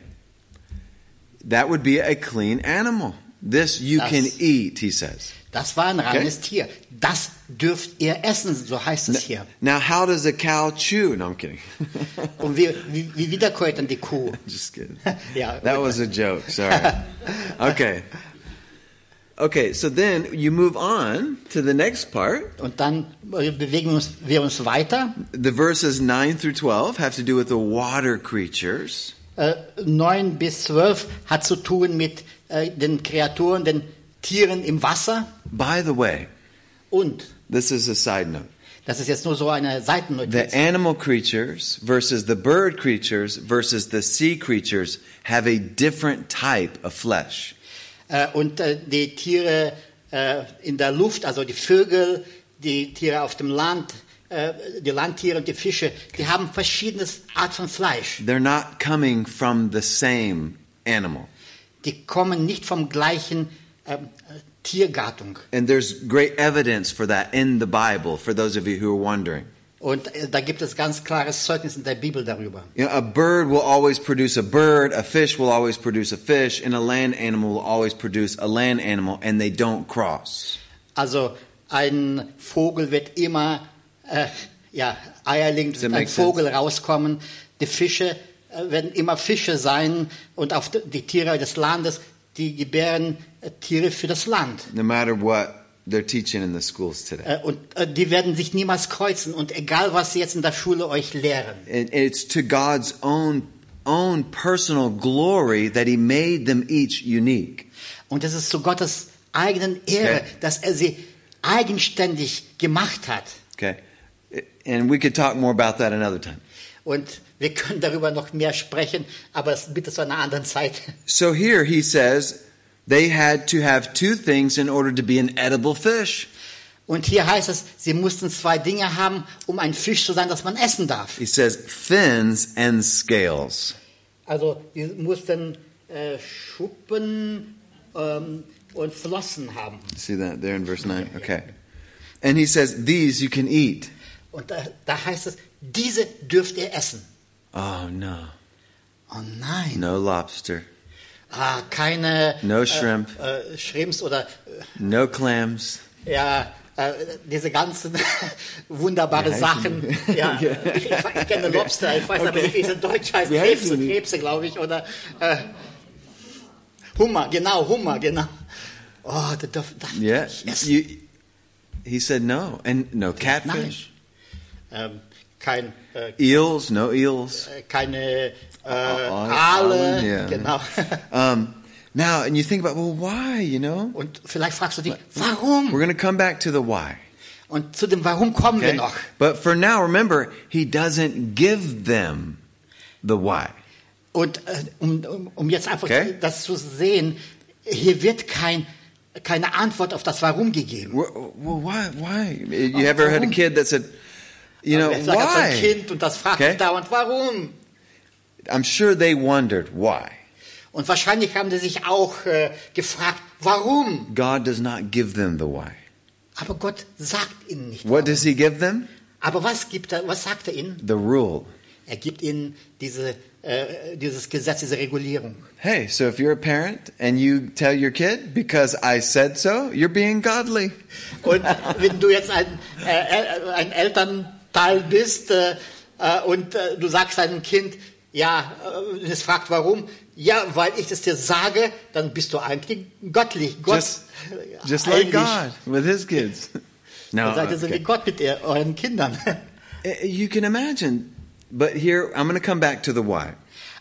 That would be a clean animal. This you Das- can eat, he says. Das war ein reines Tier. Das dürft ihr essen, so heißt Ne. es hier. Now, how does a cow chew? No, I'm kidding. Und wie, wie, wie wiederkäut dann die Kuh? Just kidding. Yeah. That was a joke. Sorry. okay. Okay, so then you move on to the next part. Und dann äh, bewegen uns, wir uns weiter. The verses 9 through 12 have to do with the water creatures. Äh, 9 bis 12 hat zu tun mit äh, den Kreaturen, den Tieren im Wasser. By the way, Und, this is a side note. das ist jetzt nur so eine Seitennotiz. The animal creatures versus the bird creatures versus the sea creatures have a different type of flesh. Äh, und äh, die Tiere äh, in der Luft, also die Vögel, die Tiere auf dem Land, äh, die Landtiere und die Fische, die haben verschiedene Art von Fleisch. They're not coming from the same animal. Die kommen nicht vom gleichen ähm, äh, Tiergattung. And there's great evidence for that in the Bible for those of you who are wondering. Und äh, da gibt es ganz klares Zeugnis in der Bibel darüber. You know, a bird will always produce a bird, a fish will always produce a fish, and a land animal will always produce a land animal, and they don't cross. Also ein Vogel wird immer, äh, ja, Eierling, it wird ein make sense? Vogel rauskommen. Die Fische äh, werden immer Fische sein und auf d- die Tiere des Landes, die gebären äh, Tiere für das Land. No matter what they're teaching in the schools today. Äh, und äh, die werden sich niemals kreuzen. Und egal, was sie jetzt in der Schule euch lehren. And it's to God's own own personal glory that he made them each unique. Und es ist zu Gottes eigenen Ehre, Okay. dass er sie eigenständig gemacht hat. Okay. And we could talk more about that another time. Und wir können darüber noch mehr sprechen, aber es bitte zu einer anderen Zeit. So here he says they had to have two things in order to be an edible fish. Und hier heißt es, sie mussten zwei Dinge haben, um ein Fisch zu sein, das man essen darf. He says fins and scales. Also sie mussten äh, Schuppen ähm, und Flossen haben. See that there in verse 9? Okay. And he says these you can eat. Und da, da heißt es, diese dürft ihr essen. Oh no. Oh nein. No lobster, Ah, keine No shrimp. Äh, Shrimps oder no clams. äh, ja, äh, diese ganzen wunderbare Wie heißen Sachen. die? Ja, ich, ich kenne Lobster, ich weiß aber nicht, wie es in Deutsch heißt. Wie heißen Krebse, die? Krebse, glaube ich, oder äh, Hummer, genau, Hummer, genau. Oh, da darf, darf Yeah. ich essen. You, he said no. And no catfish. Ähm, kein, äh, Eels, no eels. keine äh, Aal- Aale, Aalen, Oh, ja. genau. Um, now, and you think about, well, why, you know? Und vielleicht fragst du dich, We're warum? going to come back to the why. Und zu dem Warum kommen wir Okay? noch. But for now, remember, he doesn't give them the why. Und äh, um, um, um jetzt einfach Okay. das zu sehen, hier wird kein, keine Antwort auf das Warum gegeben. Wh- Well, why? Why? You Oh, ever had a warum? kid that said, you know, Aber er Also sagt, er hat so ein why? Kind und das fragt Okay. mich dauernd, warum? I'm sure they wondered why. Und wahrscheinlich haben sie sich auch äh, gefragt, warum? God does not give them the why. Aber Gott sagt ihnen nicht. What warum. does he give them? Aber was, gibt er, was sagt er ihnen? The rule. Er gibt ihnen diese, äh, dieses Gesetz, diese Regulierung. Hey, so if you're a parent and you tell your kid, because I said so, you're being godly. Und wenn du jetzt ein, äh, El- ein Elternteil bist äh, äh, und äh, du sagst deinem Kind, Ja, äh, es fragt warum. Ja, weil ich es dir sage, dann bist du eigentlich göttlich. Gott, Just, just like eigentlich. God with his kids. No, Dann seid ihr so okay. wie Gott mit ihr, euren Kindern. Uh, You can imagine. But here, I'm going to come back to the why.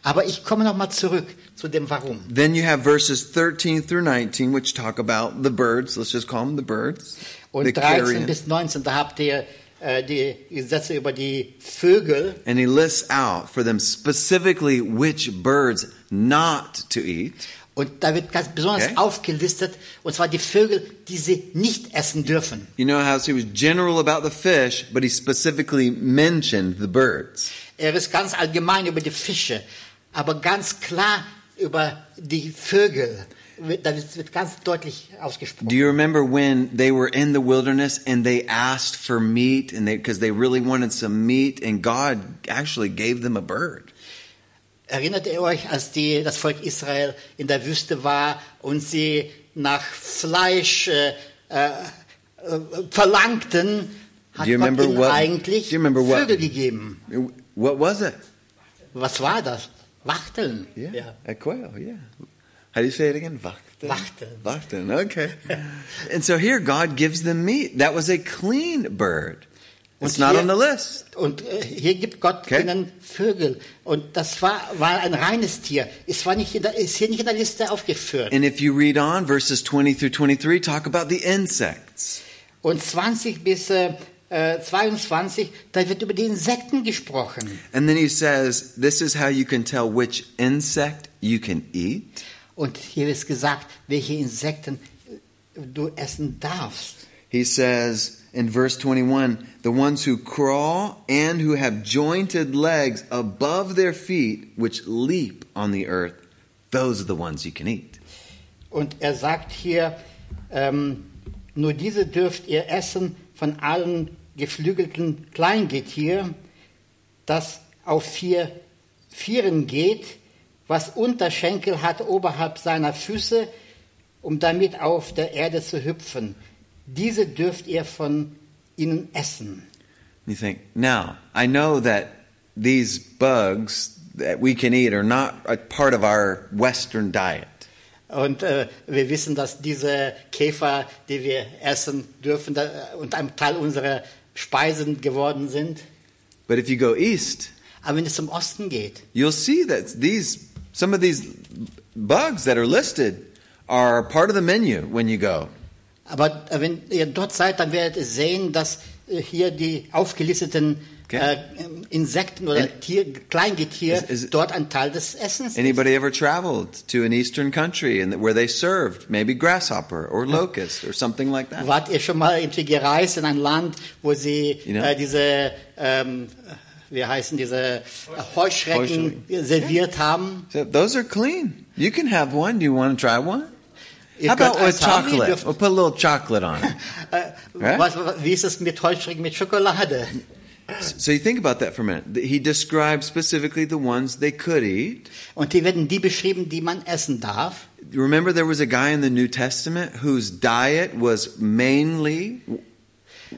Aber ich komme nochmal zurück zu dem Warum. Then you have verses 13 through 19, which talk about the birds. Let's just call them the birds. the Und 13 carrion. bis 19, da habt ihr äh, die Gesetze über die Vögel. And he lists out for them specifically which birds not to eat. Und da wird ganz besonders Okay. aufgelistet, und zwar die Vögel, die sie nicht essen dürfen. You know how he was general about the fish, but he specifically mentioned the birds. Er ist ganz allgemein über die Fische, aber ganz klar über die Vögel. Wird- Da wird wird ganz deutlich Do ausgesprochen. you remember when they were in the wilderness and they asked for meat and they because they really wanted some meat and God actually gave them a bird? Erinnert ihr euch, als die, das Volk Israel in der Wüste war und sie nach Fleisch äh, äh, äh, verlangten, hat Do you Gott remember ihnen what- eigentlich do you remember what- Vögel gegeben. What was it? Was war das? Wachteln. Ja. a quail. Yeah. How do you say it again? Vachten. Wachten. Vachten. Okay. and so here God gives them meat. That was a clean bird. It's Und not hier- on the list. Und äh, hier gibt Gott Okay. ihnen Vögel. Und das war, war ein reines Tier. Es war nicht in der, ist hier nicht in der Liste aufgeführt. And if you read on verses 20 through 23 talk about the insects. Und 20 bis äh, äh, 22, da wird über die Insekten gesprochen. And then he says, this is how you can tell which insect you can eat. Und hier ist gesagt, welche Insekten äh, du essen darfst. He says in verse 21 the ones who crawl and who have jointed legs above their feet, which leap on the earth, those are the ones you can eat. Und er sagt hier, ähm, nur diese dürft ihr essen von allen geflügelten Kleingetier, das auf vier Vieren geht, was Unterschenkel hat oberhalb seiner Füße, um damit auf der Erde zu hüpfen. Diese dürft ihr von ihnen essen. You think, now, I know that these bugs that we can eat are not a part of our Western diet. Und äh, wir wissen, dass diese Käfer, die wir essen dürfen, da, und ein Teil unserer Speisen geworden sind. But if you go east, Aber wenn es zum Osten geht, you'll see that these some of these bugs that are listed are part of the menu when you go. aber äh, wenn ihr dort seid, dann werdet ihr sehen, dass äh, hier die aufgelisteten Okay. äh, Insekten oder And- Tier, Kleingetier Is- is- dort ein Teil des Essens sind. Anybody ever traveled to an eastern country and where they served maybe grasshopper or locust or something like that? Wart ihr schon mal irgendwie gereist in ein Land, wo sie You know? äh, diese, ähm, wie heißen diese äh, Heuschrecken serviert haben? So those are clean. You can have one. Do you want to try one? Ihr How about with könnt eins haben, ihr chocolate? dürft We'll put a little chocolate on it. Äh, Right? was, was- wie ist es mit Heuschrecken mit Schokolade? So you think about that for a minute. He describes specifically the ones they could eat. Und hier werden die beschrieben, die man essen darf. Remember, there was a guy in the New Testament whose diet was mainly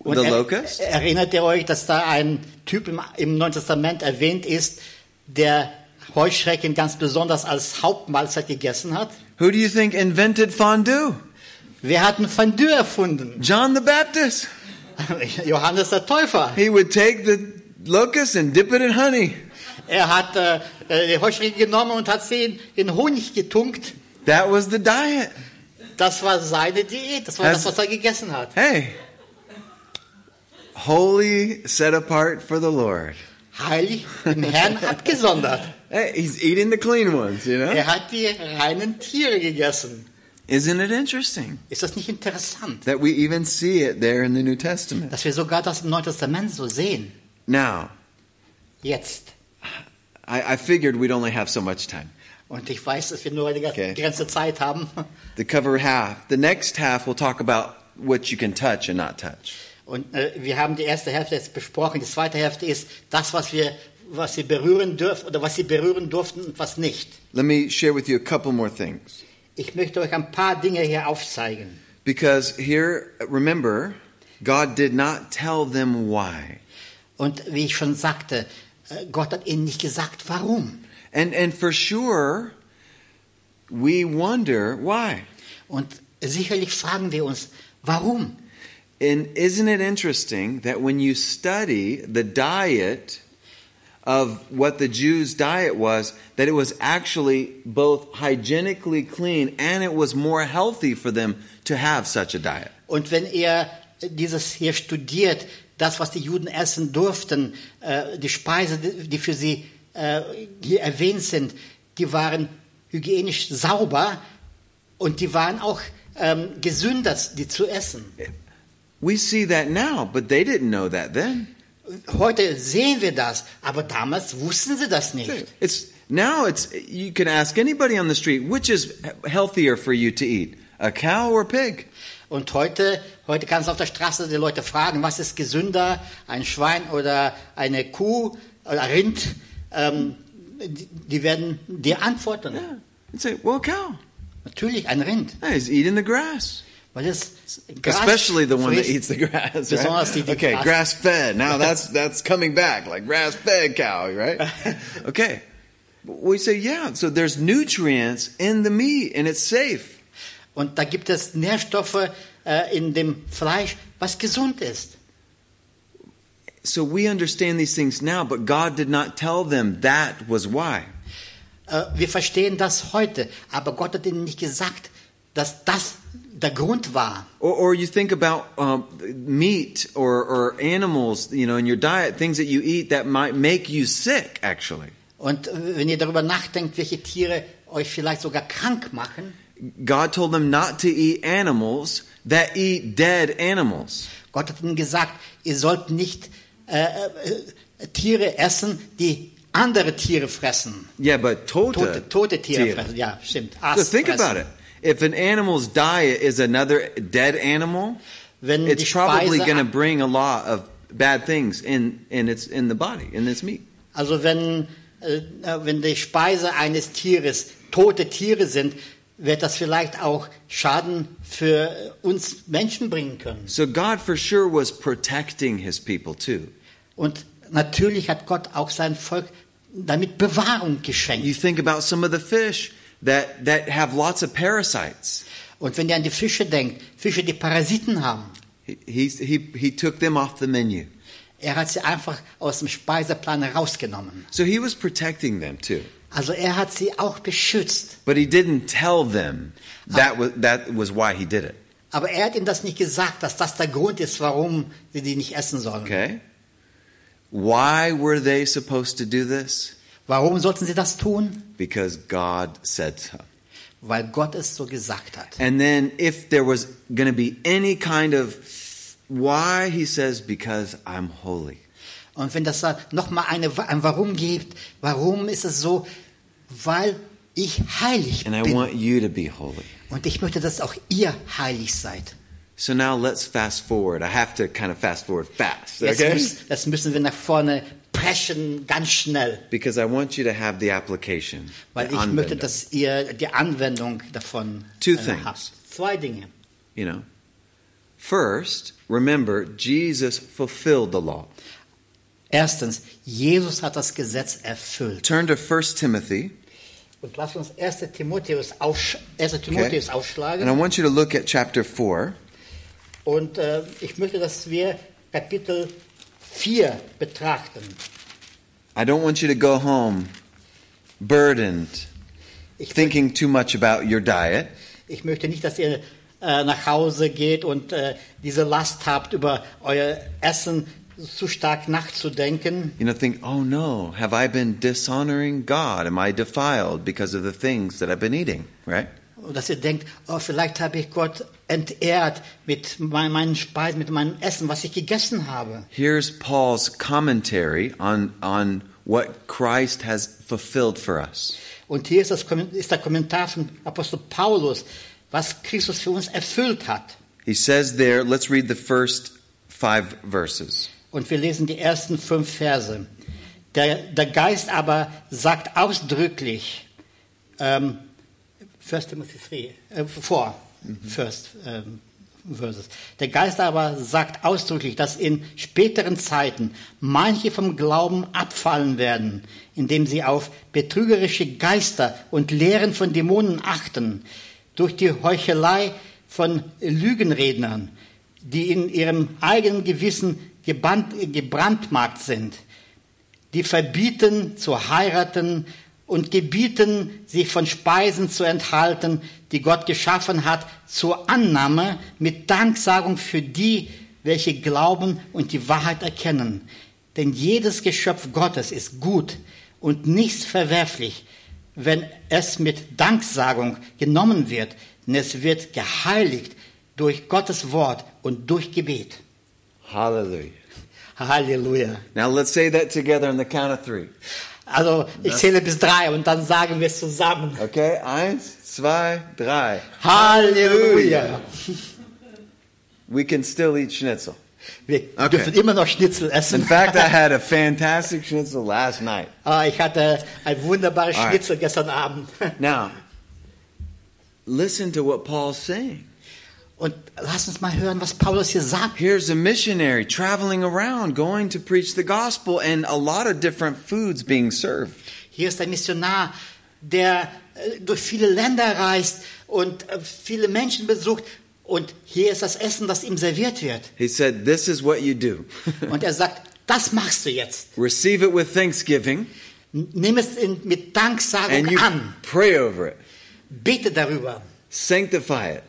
Und the locust. Er, erinnert ihr euch, dass da ein Typ im, im Neuen Testament erwähnt ist, der Heuschrecken ganz besonders als Hauptmahlzeit gegessen hat? Who do you think invented fondue? Wer hat ein Fondue erfunden? John the Baptist. Johannes der Täufer. He would take the locust and dip it in honey. Er hat äh, äh, die Heuschrecken genommen und hat sie in, in Honig getunkt. That was the diet. Das war seine Diät, das war Has- das, was er gegessen hat. Hey. Holy set apart for the Lord. Heilig im Herrn abgesondert. Hey, he's eating the clean ones, you know? Er hat die reinen Tiere gegessen. Isn't it interesting Ist das nicht interessant, that we even see it there in the New Testament? dass wir sogar das im Neuen Testament so sehen? Now, Jetzt. I, I figured we'd only have so much time. Und ich weiß, dass wir nur eine ganz Okay. begrenzte Zeit haben. The cover half. The next half we'll talk about what you can touch and not touch. Und äh, wir haben die erste Hälfte jetzt besprochen. Die zweite Hälfte ist das, was wir, was sie berühren dürfen oder was sie berühren durften und was nicht. Let me share with you a couple more things. Ich möchte euch ein paar Dinge hier aufzeigen. Because here, remember, God did not tell them why. Und wie ich schon sagte, äh, Gott hat ihnen nicht gesagt, warum. And, and for sure, we wonder why. Und sicherlich fragen wir uns, warum? And isn't it interesting that when you study the diet of what the Jews' diet was, that it was actually both hygienically clean and it was more healthy for them to have such a diet? Und wenn ihr dieses hier studiert, das, was die Juden essen durften, äh, die Speise, die die für sie äh, hier erwähnt sind, die waren hygienisch sauber und die waren auch ähm, gesünder, die zu essen. We see that now, but they didn't know that then. Heute sehen wir das, aber damals wussten sie das nicht. It's now it's you can ask anybody on the street which is healthier for you to eat, a cow or pig? Und heute, heute kannst du auf der Straße die Leute fragen, was ist gesünder, ein Schwein oder eine Kuh oder ein Rind? Ähm, die, die werden dir antworten. And say, well, cow. Natürlich ein Rind, Yeah, He's eating the grass. weil es Gras Especially the one that frisst. eats the grass. Besonders die, Right? die Okay, Gras- grass fed. Now that's that's coming back, like grass fed cow, right? Okay. We say, yeah, so there's nutrients in the meat and it's safe. Und da gibt es Nährstoffe äh, in dem Fleisch, was gesund ist. So we understand these things now, but God did not tell them that was why. Äh, wir verstehen das heute, aber Gott hat ihnen nicht gesagt, dass das der Grund war. Or, or you think about um, meat or, or animals, you know, in your diet, things that you eat that might make you sick, actually. Und äh, wenn ihr darüber nachdenkt, welche Tiere euch vielleicht sogar krank machen, God told them not to eat animals that eat dead animals. Gott hat ihnen gesagt, ihr sollt nicht äh, äh, Tiere essen, die andere Tiere fressen. Yeah, but tote, Tote, tote Tiere deer. fressen, ja, stimmt. So Aas think fressen. about it. If an animal's diet is another dead animal, Wenn die it's probably Speise going to bring a lot of bad things in, in its in the body in this meat. Also wenn, äh, wenn die Speise eines Tieres tote Tiere sind, wird das vielleicht auch Schaden für uns Menschen bringen können. So God for sure was protecting His people too. Und natürlich hat Gott auch sein Volk damit Bewahrung You geschenkt. think about some of the fish that that have lots of parasites. Und wenn ihr an die Fische denkt, Fische, die Parasiten haben, He he he, he took them off the menu. er hat sie einfach aus dem Speiseplan herausgenommen. So He was protecting them too. Also er hat sie auch beschützt. But He didn't tell them that was that was why He did it. Aber er hat ihnen das nicht gesagt, dass das der Grund ist, warum sie die nicht essen sollen. Okay. Why were they supposed to do this? Warum sollten sie das tun? Because God said so. weil Gott es so gesagt hat. And then if there was going to be any kind of why, He says, because I'm holy. Und wenn das nochmal ein Warum gibt, warum ist es so? Weil ich heilig And I bin. want you to be holy. Und ich möchte, dass auch ihr heilig seid. So now let's fast forward. I have to kind of fast forward fast, Jetzt okay? müssen, das müssen wir nach vorne preschen, ganz schnell. Because I want you to have the application. Weil the ich möchte, Anwendung. dass ihr die Anwendung davon Two äh, things. habt. Zwei Dinge. you know. First, remember Jesus fulfilled the law. Erstens, Jesus hat das Gesetz erfüllt. Turn to 1 Timothy Und lass uns 1. Timotheus, aufsch 1. Timotheus aufschlagen. And I want you to look at chapter 4. Und äh, ich möchte, dass wir Kapitel 4 betrachten. I don't want you to go home burdened, Ich, mö- thinking too much about your diet. ich möchte nicht, dass ihr äh, nach Hause geht und äh, diese Last habt, über euer Essen zu stark nachzudenken. You know, think, oh no, have I been dishonoring God? Am I defiled because of the things that I've been eating, right? Und dass ihr denkt, oh, vielleicht habe ich Gott entehrt mit mein, meinen Speisen, mit meinem Essen, was ich gegessen habe. Here's Paul's commentary on, on what Christ has fulfilled for us. Und hier ist, das, Kommen- ist der Kommentar von Apostel Paulus, was Christus für uns erfüllt hat. He says there, let's read the first five verses. Und wir lesen die ersten fünf Verse. Der, der Geist aber sagt ausdrücklich, ähm, 1. Timothy 3, äh, vor, first, ähm, Verses. Der Geist aber sagt ausdrücklich, dass in späteren Zeiten manche vom Glauben abfallen werden, indem sie auf betrügerische Geister und Lehren von Dämonen achten, durch die Heuchelei von Lügenrednern, die in ihrem eigenen Gewissen gebannt, gebrandmarkt sind, die verbieten zu heiraten und gebieten, sich von Speisen zu enthalten, die Gott geschaffen hat, zur Annahme mit Danksagung für die, welche glauben und die Wahrheit erkennen. Denn jedes Geschöpf Gottes ist gut und nichts verwerflich, wenn es mit Danksagung genommen wird, denn es wird geheiligt durch Gottes Wort und durch Gebet. Hallelujah. Halleluja. Now let's say that together on the count of three. Also ich zähle bis drei und dann sagen wir es zusammen. Okay? Eins, zwei, drei. Halleluja. We can still eat schnitzel. Wir Okay. dürfen immer noch Schnitzel In essen. fact, I had a fantastic schnitzel last night. Ah, ich hatte ein wunderbares Alright. Schnitzel gestern Abend. Now, listen to what Paul's saying. Und lass uns mal hören, was Paulus hier sagt. Here's a missionary traveling around, going to preach the gospel, and a lot of different foods being served. Hier ist ein Missionar, der äh, durch viele Länder reist und äh, viele Menschen besucht. Und hier ist das Essen, das ihm serviert wird. He said, This is what you do Und er sagt, das machst du jetzt. receive it with thanksgiving, N- Nimm es in, mit and you Danksagung an. pray over it, Bete darüber. sanctify it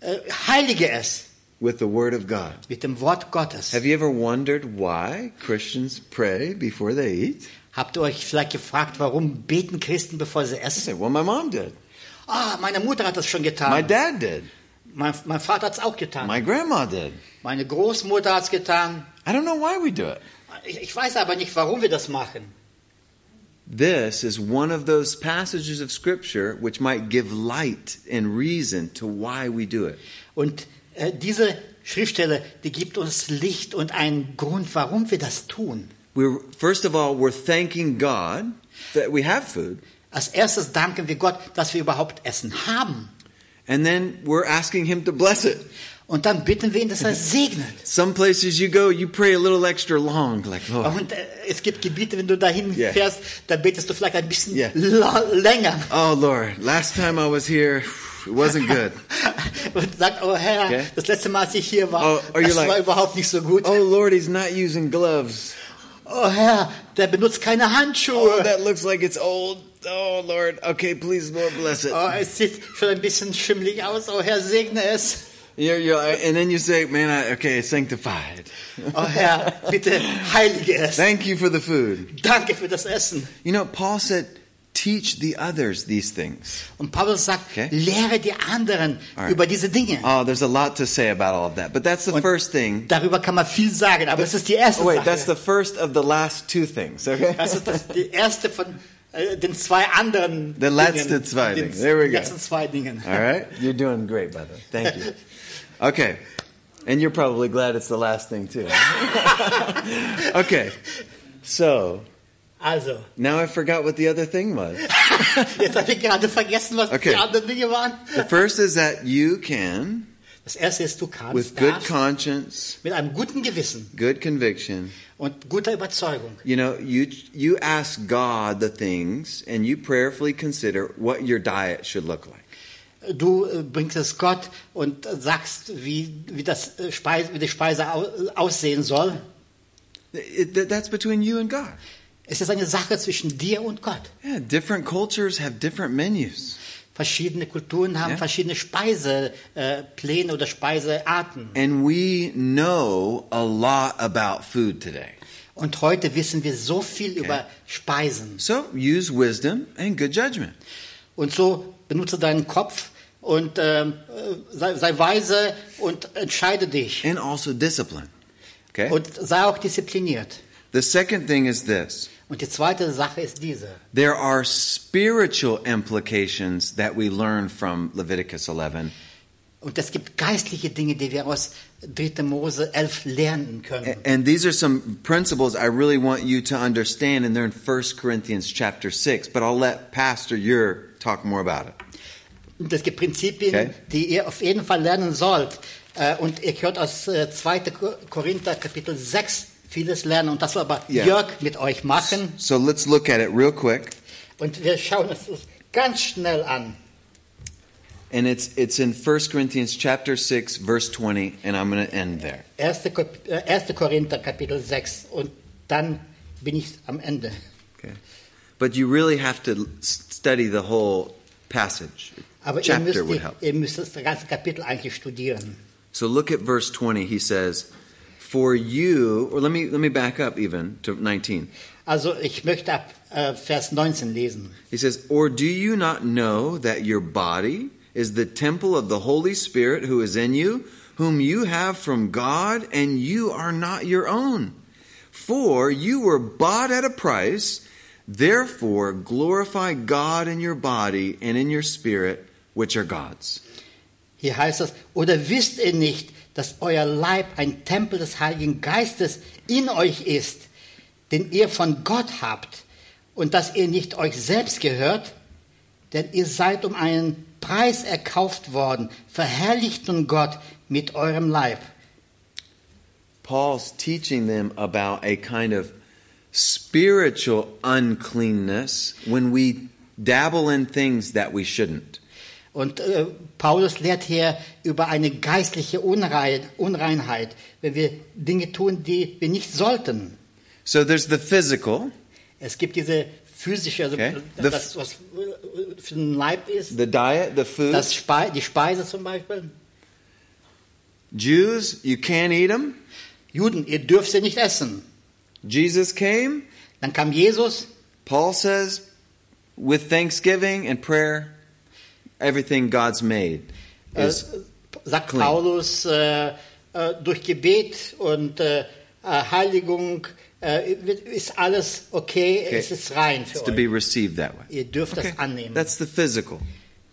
Äh, heilige es with the word of God. mit dem Wort Gottes. Have you ever wondered why Christians pray before they eat? Habt ihr euch vielleicht gefragt, warum beten Christen, bevor sie I essen? said, Well, my mom did. Ah, meine Mutter hat das schon My getan. dad did. Mein, mein Vater hat es auch getan. My grandma did. Meine Großmutter hat es getan. I don't know why we do it. Ich, ich weiß aber nicht, warum wir das machen. This is one of those passages of Scripture which might give light and reason to why we do it. Und äh, diese Schriftstelle, die gibt uns Licht und einen Grund, warum wir das tun. We're, first of all, we're thanking God that we have food, Als erstes danken wir Gott, dass wir überhaupt Essen haben. and then we're asking Him to bless it. Und dann bitten wir ihn, dass er es segnet. Some places you go, you pray a little extra long, like, "Oh, Lord, Und äh, es gibt Gebiete, wenn du dahin Yeah. fährst, da betest du vielleicht ein bisschen Yeah. la- länger. oh Lord, last time I was here, it wasn't good. und sagt, oh Herr, Okay. das letzte Mal, als ich hier war, Oh, are you das like- war überhaupt nicht so gut. Oh Oh, Lord, He's not using gloves. Herr, der benutzt keine Oh, Handschuhe. that looks like it's old. Oh Lord, okay, please, Lord, bless it. Oh, es sieht schon ein bisschen schimmelig aus. Oh Herr, segne es. You're, you're, and then you say, man, I, okay, sanctified. Oh Herr, bitte heilige es. Thank you for the food. Danke für das Essen. You know, Paul said, teach the others these things. Und Paulus sagt, Okay. lehre die anderen Alright. über diese Dinge. Oh, there's a lot to say about all of that, but that's the Und- first thing. Darüber kann man viel sagen, aber es ist die erste Oh, wait, Sache. that's the first of the last two things, okay? das ist das, die erste von äh, den zwei anderen Der letzte Dingen, zwei den Dinge. There we go. letzten zwei Dingen. all right? You're doing great, by the way. Thank you. Okay. And you're probably glad it's the last thing, too. okay. So, Also, now I forgot what the other thing was. jetzt habe ich gerade vergessen, was Okay. die anderen Dinge waren. The first is that you can, Das erste ist, du kannst with good darfst, conscience, mit einem guten Gewissen good conviction, und guter Überzeugung. You know, you you ask God the things, and you prayerfully consider what your diet should look like. Du äh, bringst es Gott und äh, sagst, wie, wie, das äh, Speis, wie die Speise au, äh, aussehen soll. It- it- that's between you and God. Es ist eine Sache zwischen dir und Gott. Yeah, different cultures have different menus, Verschiedene Kulturen haben Ja. verschiedene Speisepläne äh, Pläne oder Speisearten. and we know a lot about food today. Und heute wissen wir so viel über Speisen. So use wisdom and good judgment. Und so benutze deinen Kopf und ähm, äh, sei, sei weise und entscheide dich. And also discipline. Okay? Und sei auch diszipliniert. the second thing is this. Und die zweite Sache ist diese. There are spiritual implications that we learn from Leviticus 11 Und es gibt geistliche Dinge, die wir aus 3. Mose 11 lernen können. A- And these are some principles I really want you to understand, and they're in 1 Corinthians chapter 6, but I'll let Pastor Yer talk more about it. Und es gibt Prinzipien, Okay. die ihr auf jeden Fall lernen sollt. Äh, und ihr könnt aus äh, 2. Ko- Korinther Kapitel 6 vieles lernen. Und das soll aber Ja. Jörg mit euch machen. So let's look at it real quick. Und wir schauen es uns ganz schnell an. And it's it's in 1 Corinthians chapter 6 verse 20 and I'm going to end there. 1. Kap- äh, 1. Korinther Kapitel 6. Und dann bin ich am Ende. Okay. But you really have to s- study the whole passage. Aber ihr müsst, Chapter would die, help. ihr müsst das ganze Kapitel eigentlich studieren. So look at verse 20. He says, "For you," or let me let me back up even to 19. Also ich möchte ab äh, Vers 19 lesen. He says, Or do you not know that your body is the temple of the Holy Spirit who is in you, whom you have from God, and you are not your own? For you were bought at a price. Therefore, glorify God in your body and in your spirit, which are God's. Hier heißt es, oder wisst ihr nicht, dass euer Leib ein Tempel des Heiligen Geistes in euch ist, den ihr von Gott habt, und dass ihr nicht euch selbst gehört, denn ihr seid um einen Preis erkauft worden, verherrlicht nun Gott mit eurem Leib. Paul's teaching them about a kind of spiritual uncleanness when we dabble in things that we shouldn't. Und äh, Paulus lehrt hier über eine geistliche Unrein, Unreinheit, wenn wir Dinge tun, die wir nicht sollten. So there's the physical, Es gibt diese physische, also Okay. das, was äh, für den Leib ist, the diet, the food. Das Spe die Speise zum Beispiel. Jews, you can't eat them. Juden, ihr dürft sie nicht essen. Jesus came. Dann kam Jesus Paul says, with thanksgiving and prayer, everything God's made äh, is sagt clean. Paulus, äh, äh, durch Gebet und äh, äh, Heiligung äh, wird- ist alles okay, Okay. es ist rein it's für to euch. be received that way. Ihr dürft Okay. das annehmen. That's the physical.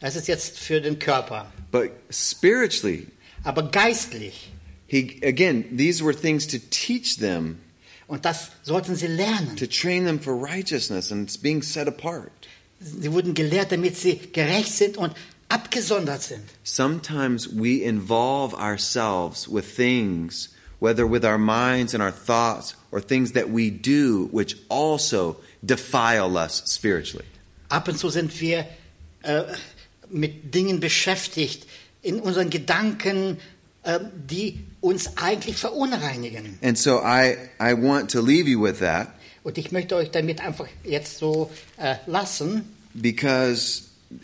das ist jetzt für den Körper. But spiritually, Aber geistlich, he again, these were things to teach them, und das sollten sie lernen. to train them for righteousness and it's being set apart. Sie wurden gelehrt, damit sie gerecht sind und abgesondert sind. Sometimes we involve ourselves with things, whether with our minds and our thoughts or things that we do, which also defile us spiritually. Ab und zu sind wir äh, mit Dingen beschäftigt, in unseren Gedanken, äh, die uns eigentlich verunreinigen. And so I, I want to leave you with that Und ich möchte euch damit einfach jetzt so äh, lassen, because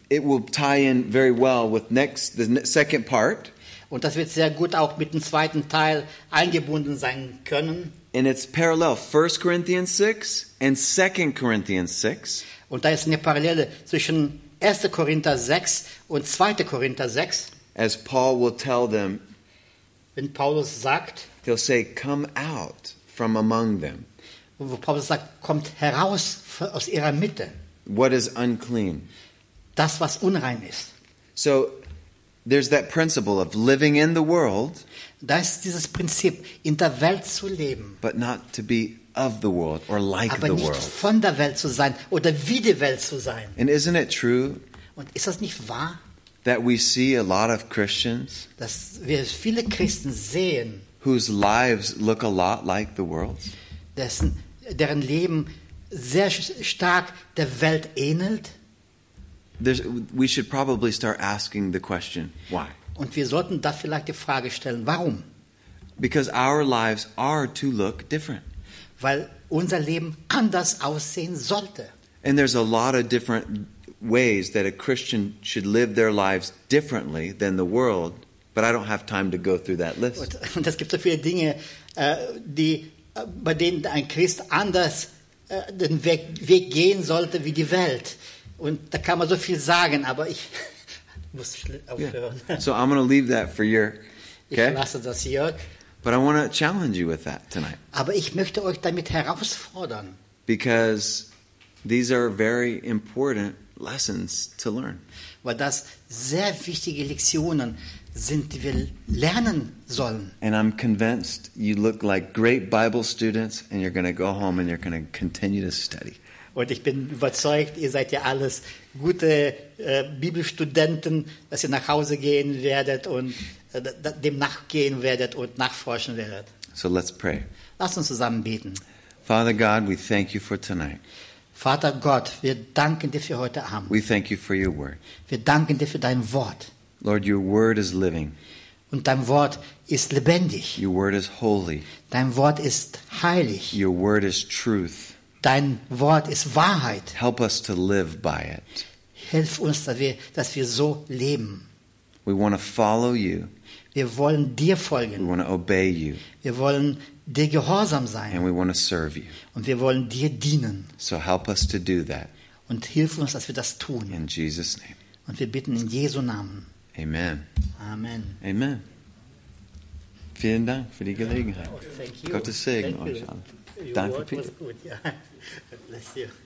it will tie in very well with next the ne- second part. und das wird sehr gut auch mit dem zweiten Teil eingebunden sein können. And it's parallel 1 Corinthians 6 and 2 Corinthians 6. Und da ist eine Parallele zwischen 1. Korinther 6 und 2. Korinther 6, As Paul will tell them, wenn Paulus sagt, he'll say, Come out from among them. wo Paulus sagt, kommt heraus aus ihrer Mitte, What is unclean? das, was unrein ist. So there's that principle of living in the world, Da ist dieses Prinzip, in der Welt zu leben, but not to be of the world or like aber the nicht world. von der Welt zu sein oder wie die Welt zu sein. And isn't it true Und ist das nicht wahr, that we see a lot of Christians dass wir viele Christen sehen, whose lives look a lot like the world's? dessen, deren Leben sehr sch- stark der Welt ähnelt? There's, we should probably start asking the question why? Und wir sollten da vielleicht die Frage stellen, warum? Because our lives are to look different. Weil unser Leben anders aussehen sollte. And there's a lot of different ways that a Christian should live their lives differently than the world, but I don't have time to go through that list. Und, und es gibt so viele Dinge, äh, die, äh, bei denen ein Christ anders äh, den Weg, Weg gehen sollte wie die Welt. Und da kann man so viel sagen, aber ich muss schl- Yeah. aufhören. So I'm going to leave that for your. Ich Okay? lasse das hier. But I want to challenge you with that tonight Aber ich möchte euch damit herausfordern, because these are very important lessons to learn. weil das sehr wichtige Lektionen sind, die wir lernen sollen. And I'm convinced you look like great Bible students and you're going to go home and you're going to continue to study. Und ich bin überzeugt, ihr seid ja alles gute äh, Bibelstudenten, dass ihr nach Hause gehen werdet und äh, d- d- dem nachgehen werdet und nachforschen werdet. So let's pray. Lasst uns zusammen beten. Father God, we thank you for tonight. Vater Gott, wir danken dir für heute Abend. We thank you for your word. Wir danken dir für dein Wort. Lord, your word is living. Und dein Wort ist lebendig. Your word is holy. Dein Wort ist heilig. Your word is truth. Dein Wort ist Wahrheit. Help us to live by it. Hilf uns, dass wir, dass wir so leben. We want to follow you. Wir wollen dir We folgen. want to obey you. Wir wollen dir gehorsam sein. And we want to serve you. Und wir wollen dir dienen. So help us to do that. Und hilf uns, dass wir das tun. In Jesus' name. Und wir bitten in Jesu Namen. Amen. Amen. Amen. Vielen Dank für die Gelegenheit. Oh, Thank you. Gottes Segen Thank you. euch allen. Your Danke, word was Peter. good, ja. Bless you.